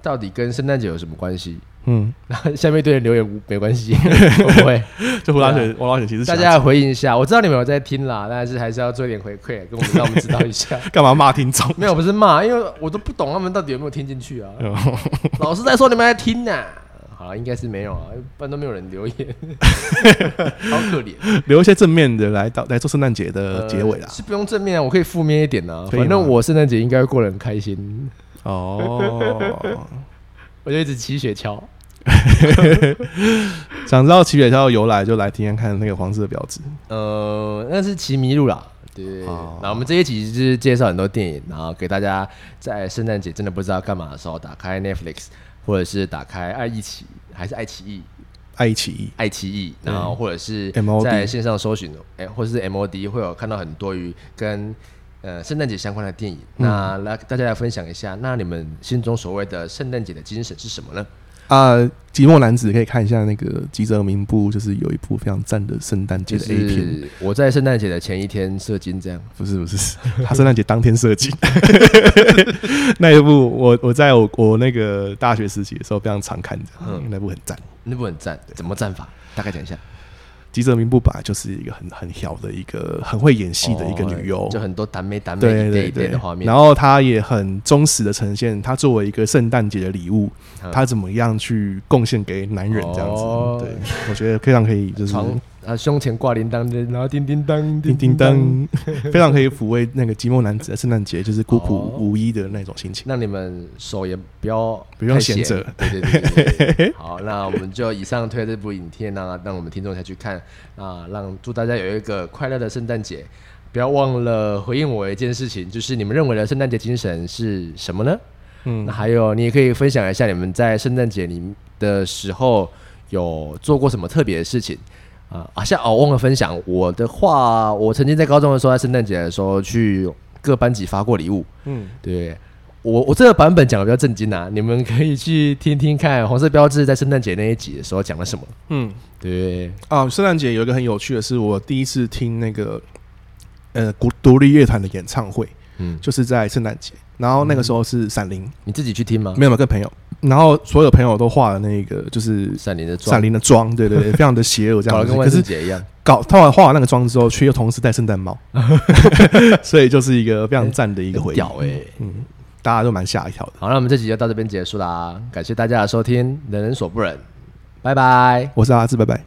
S2: 到底跟圣诞节有什么关系？
S3: 嗯，
S2: 然后下面一堆人留言无没关系，会不会？
S3: 就胡桃钳，胡桃钳其实
S2: 啊大家来回应一下，我知道你们有在听啦，但是还是要做一点回馈，啊跟我们让我们知道一下。
S3: 干嘛骂听众？
S2: 没有，不是骂，因为我都不懂他们到底有没有听进去啊。
S3: 嗯
S2: 老师在说你们在听呢、好了，应该是没有啊，不然都没有人留言，好可怜。
S3: 留一些正面的来到来做圣诞节的结尾啦
S2: 呃。是不用正面啊，我可以负面一点啊。
S3: 可以吗
S2: 反正我圣诞节应该会过得很开 心，
S3: 哦，
S2: 我就一直骑雪橇。
S3: 想知道骑雪橇的由来，就来听听看那个黄色的标志。
S2: 呃，那是骑迷路啦。对，
S3: 哦
S2: 那我们这一集就是介绍很多电影，然后给大家在圣诞节真的不知道干嘛的时候，打开 Netflix 或者是打开爱一起还是爱奇艺，
S3: 爱奇艺，
S2: 爱奇艺，然后或者是
S3: MOD
S2: 在线上搜寻，哎、或者是 MOD 会有看到很多于跟呃圣诞节相关的电影。
S3: 嗯
S2: 那来大家来分享一下，那你们心中所谓的圣诞节的精神是什么呢？
S3: 啊，寂寞男子可以看一下那个吉泽明步，就是有一部非常赞的圣诞节
S2: 就
S3: 的 A 片，
S2: 是我在圣诞节的前一天射精，这样
S3: 不是不是，他圣诞节当天设 计那一部我，我在我我那个大学时期的时候非常常看的，嗯，那部很赞。
S2: 那部很赞，怎么赞法？大概讲一下。
S3: 吉泽明步本来就是一个很很小的一个很会演戏的一个女优，
S2: 哦就很多耽美耽美
S3: 对
S2: 一对
S3: 对
S2: 一对
S3: 对
S2: 的画，面。
S3: 然后她也很忠实的呈现她作为一个圣诞节的礼物
S2: 嗯，
S3: 她怎么样去贡献给男人这样子
S2: 哦。
S3: 对，我觉得非常可以，就是
S2: 床啊，胸前挂铃铛的，然后叮叮当，
S3: 叮叮，当，非常可以抚慰那个寂寞男子的圣诞节，就是孤
S2: 哦
S3: 苦无依的那种心情。
S2: 让你们手也不要
S3: 不用
S2: 太
S3: 闲着
S2: 对对对对对 对好，那我们就以上推这部影片啊，让我们听众下去看啊，让祝大家有一个快乐的圣诞节。不要忘了回应我一件事情，就是你们认为的圣诞节精神是什么呢？
S3: 嗯
S2: 那还有，你也可以分享一下你们在圣诞节里的时候有做过什么特别的事情啊？啊，像哦，忘了分享我的话，我曾经在高中的时候，在圣诞节的时候去各班级发过礼物。
S3: 嗯，
S2: 对我，我这个版本讲的比较震惊啊，你们可以去听听看黄色标志在圣诞节那一集的时候讲了什么。
S3: 嗯
S2: 对，
S3: 啊，圣诞节有一个很有趣的是，我第一次听那个呃古独立乐团的演唱会，
S2: 嗯，
S3: 就是在圣诞节。然后那个时候是闪灵，
S2: 你自己去听吗？
S3: 没有没有跟朋友，然后所有朋友都画了那个就是
S2: 闪灵的妆
S3: 闪，灵的妆，对对 对，非常的邪恶这
S2: 搞得
S3: 样子。
S2: 跟
S3: 可
S2: 万圣
S3: 是
S2: 节一样。
S3: 搞他画完那个妆之后，却又同时戴圣 诞帽，所以就是一个非常赞的一个回忆。
S2: 屌哎、
S3: 嗯，大家都蛮吓一跳的。
S2: 好，那我们这集就到这边结束啦，感谢大家的收听，人人所不忍，拜拜。
S3: 我是阿志，拜拜。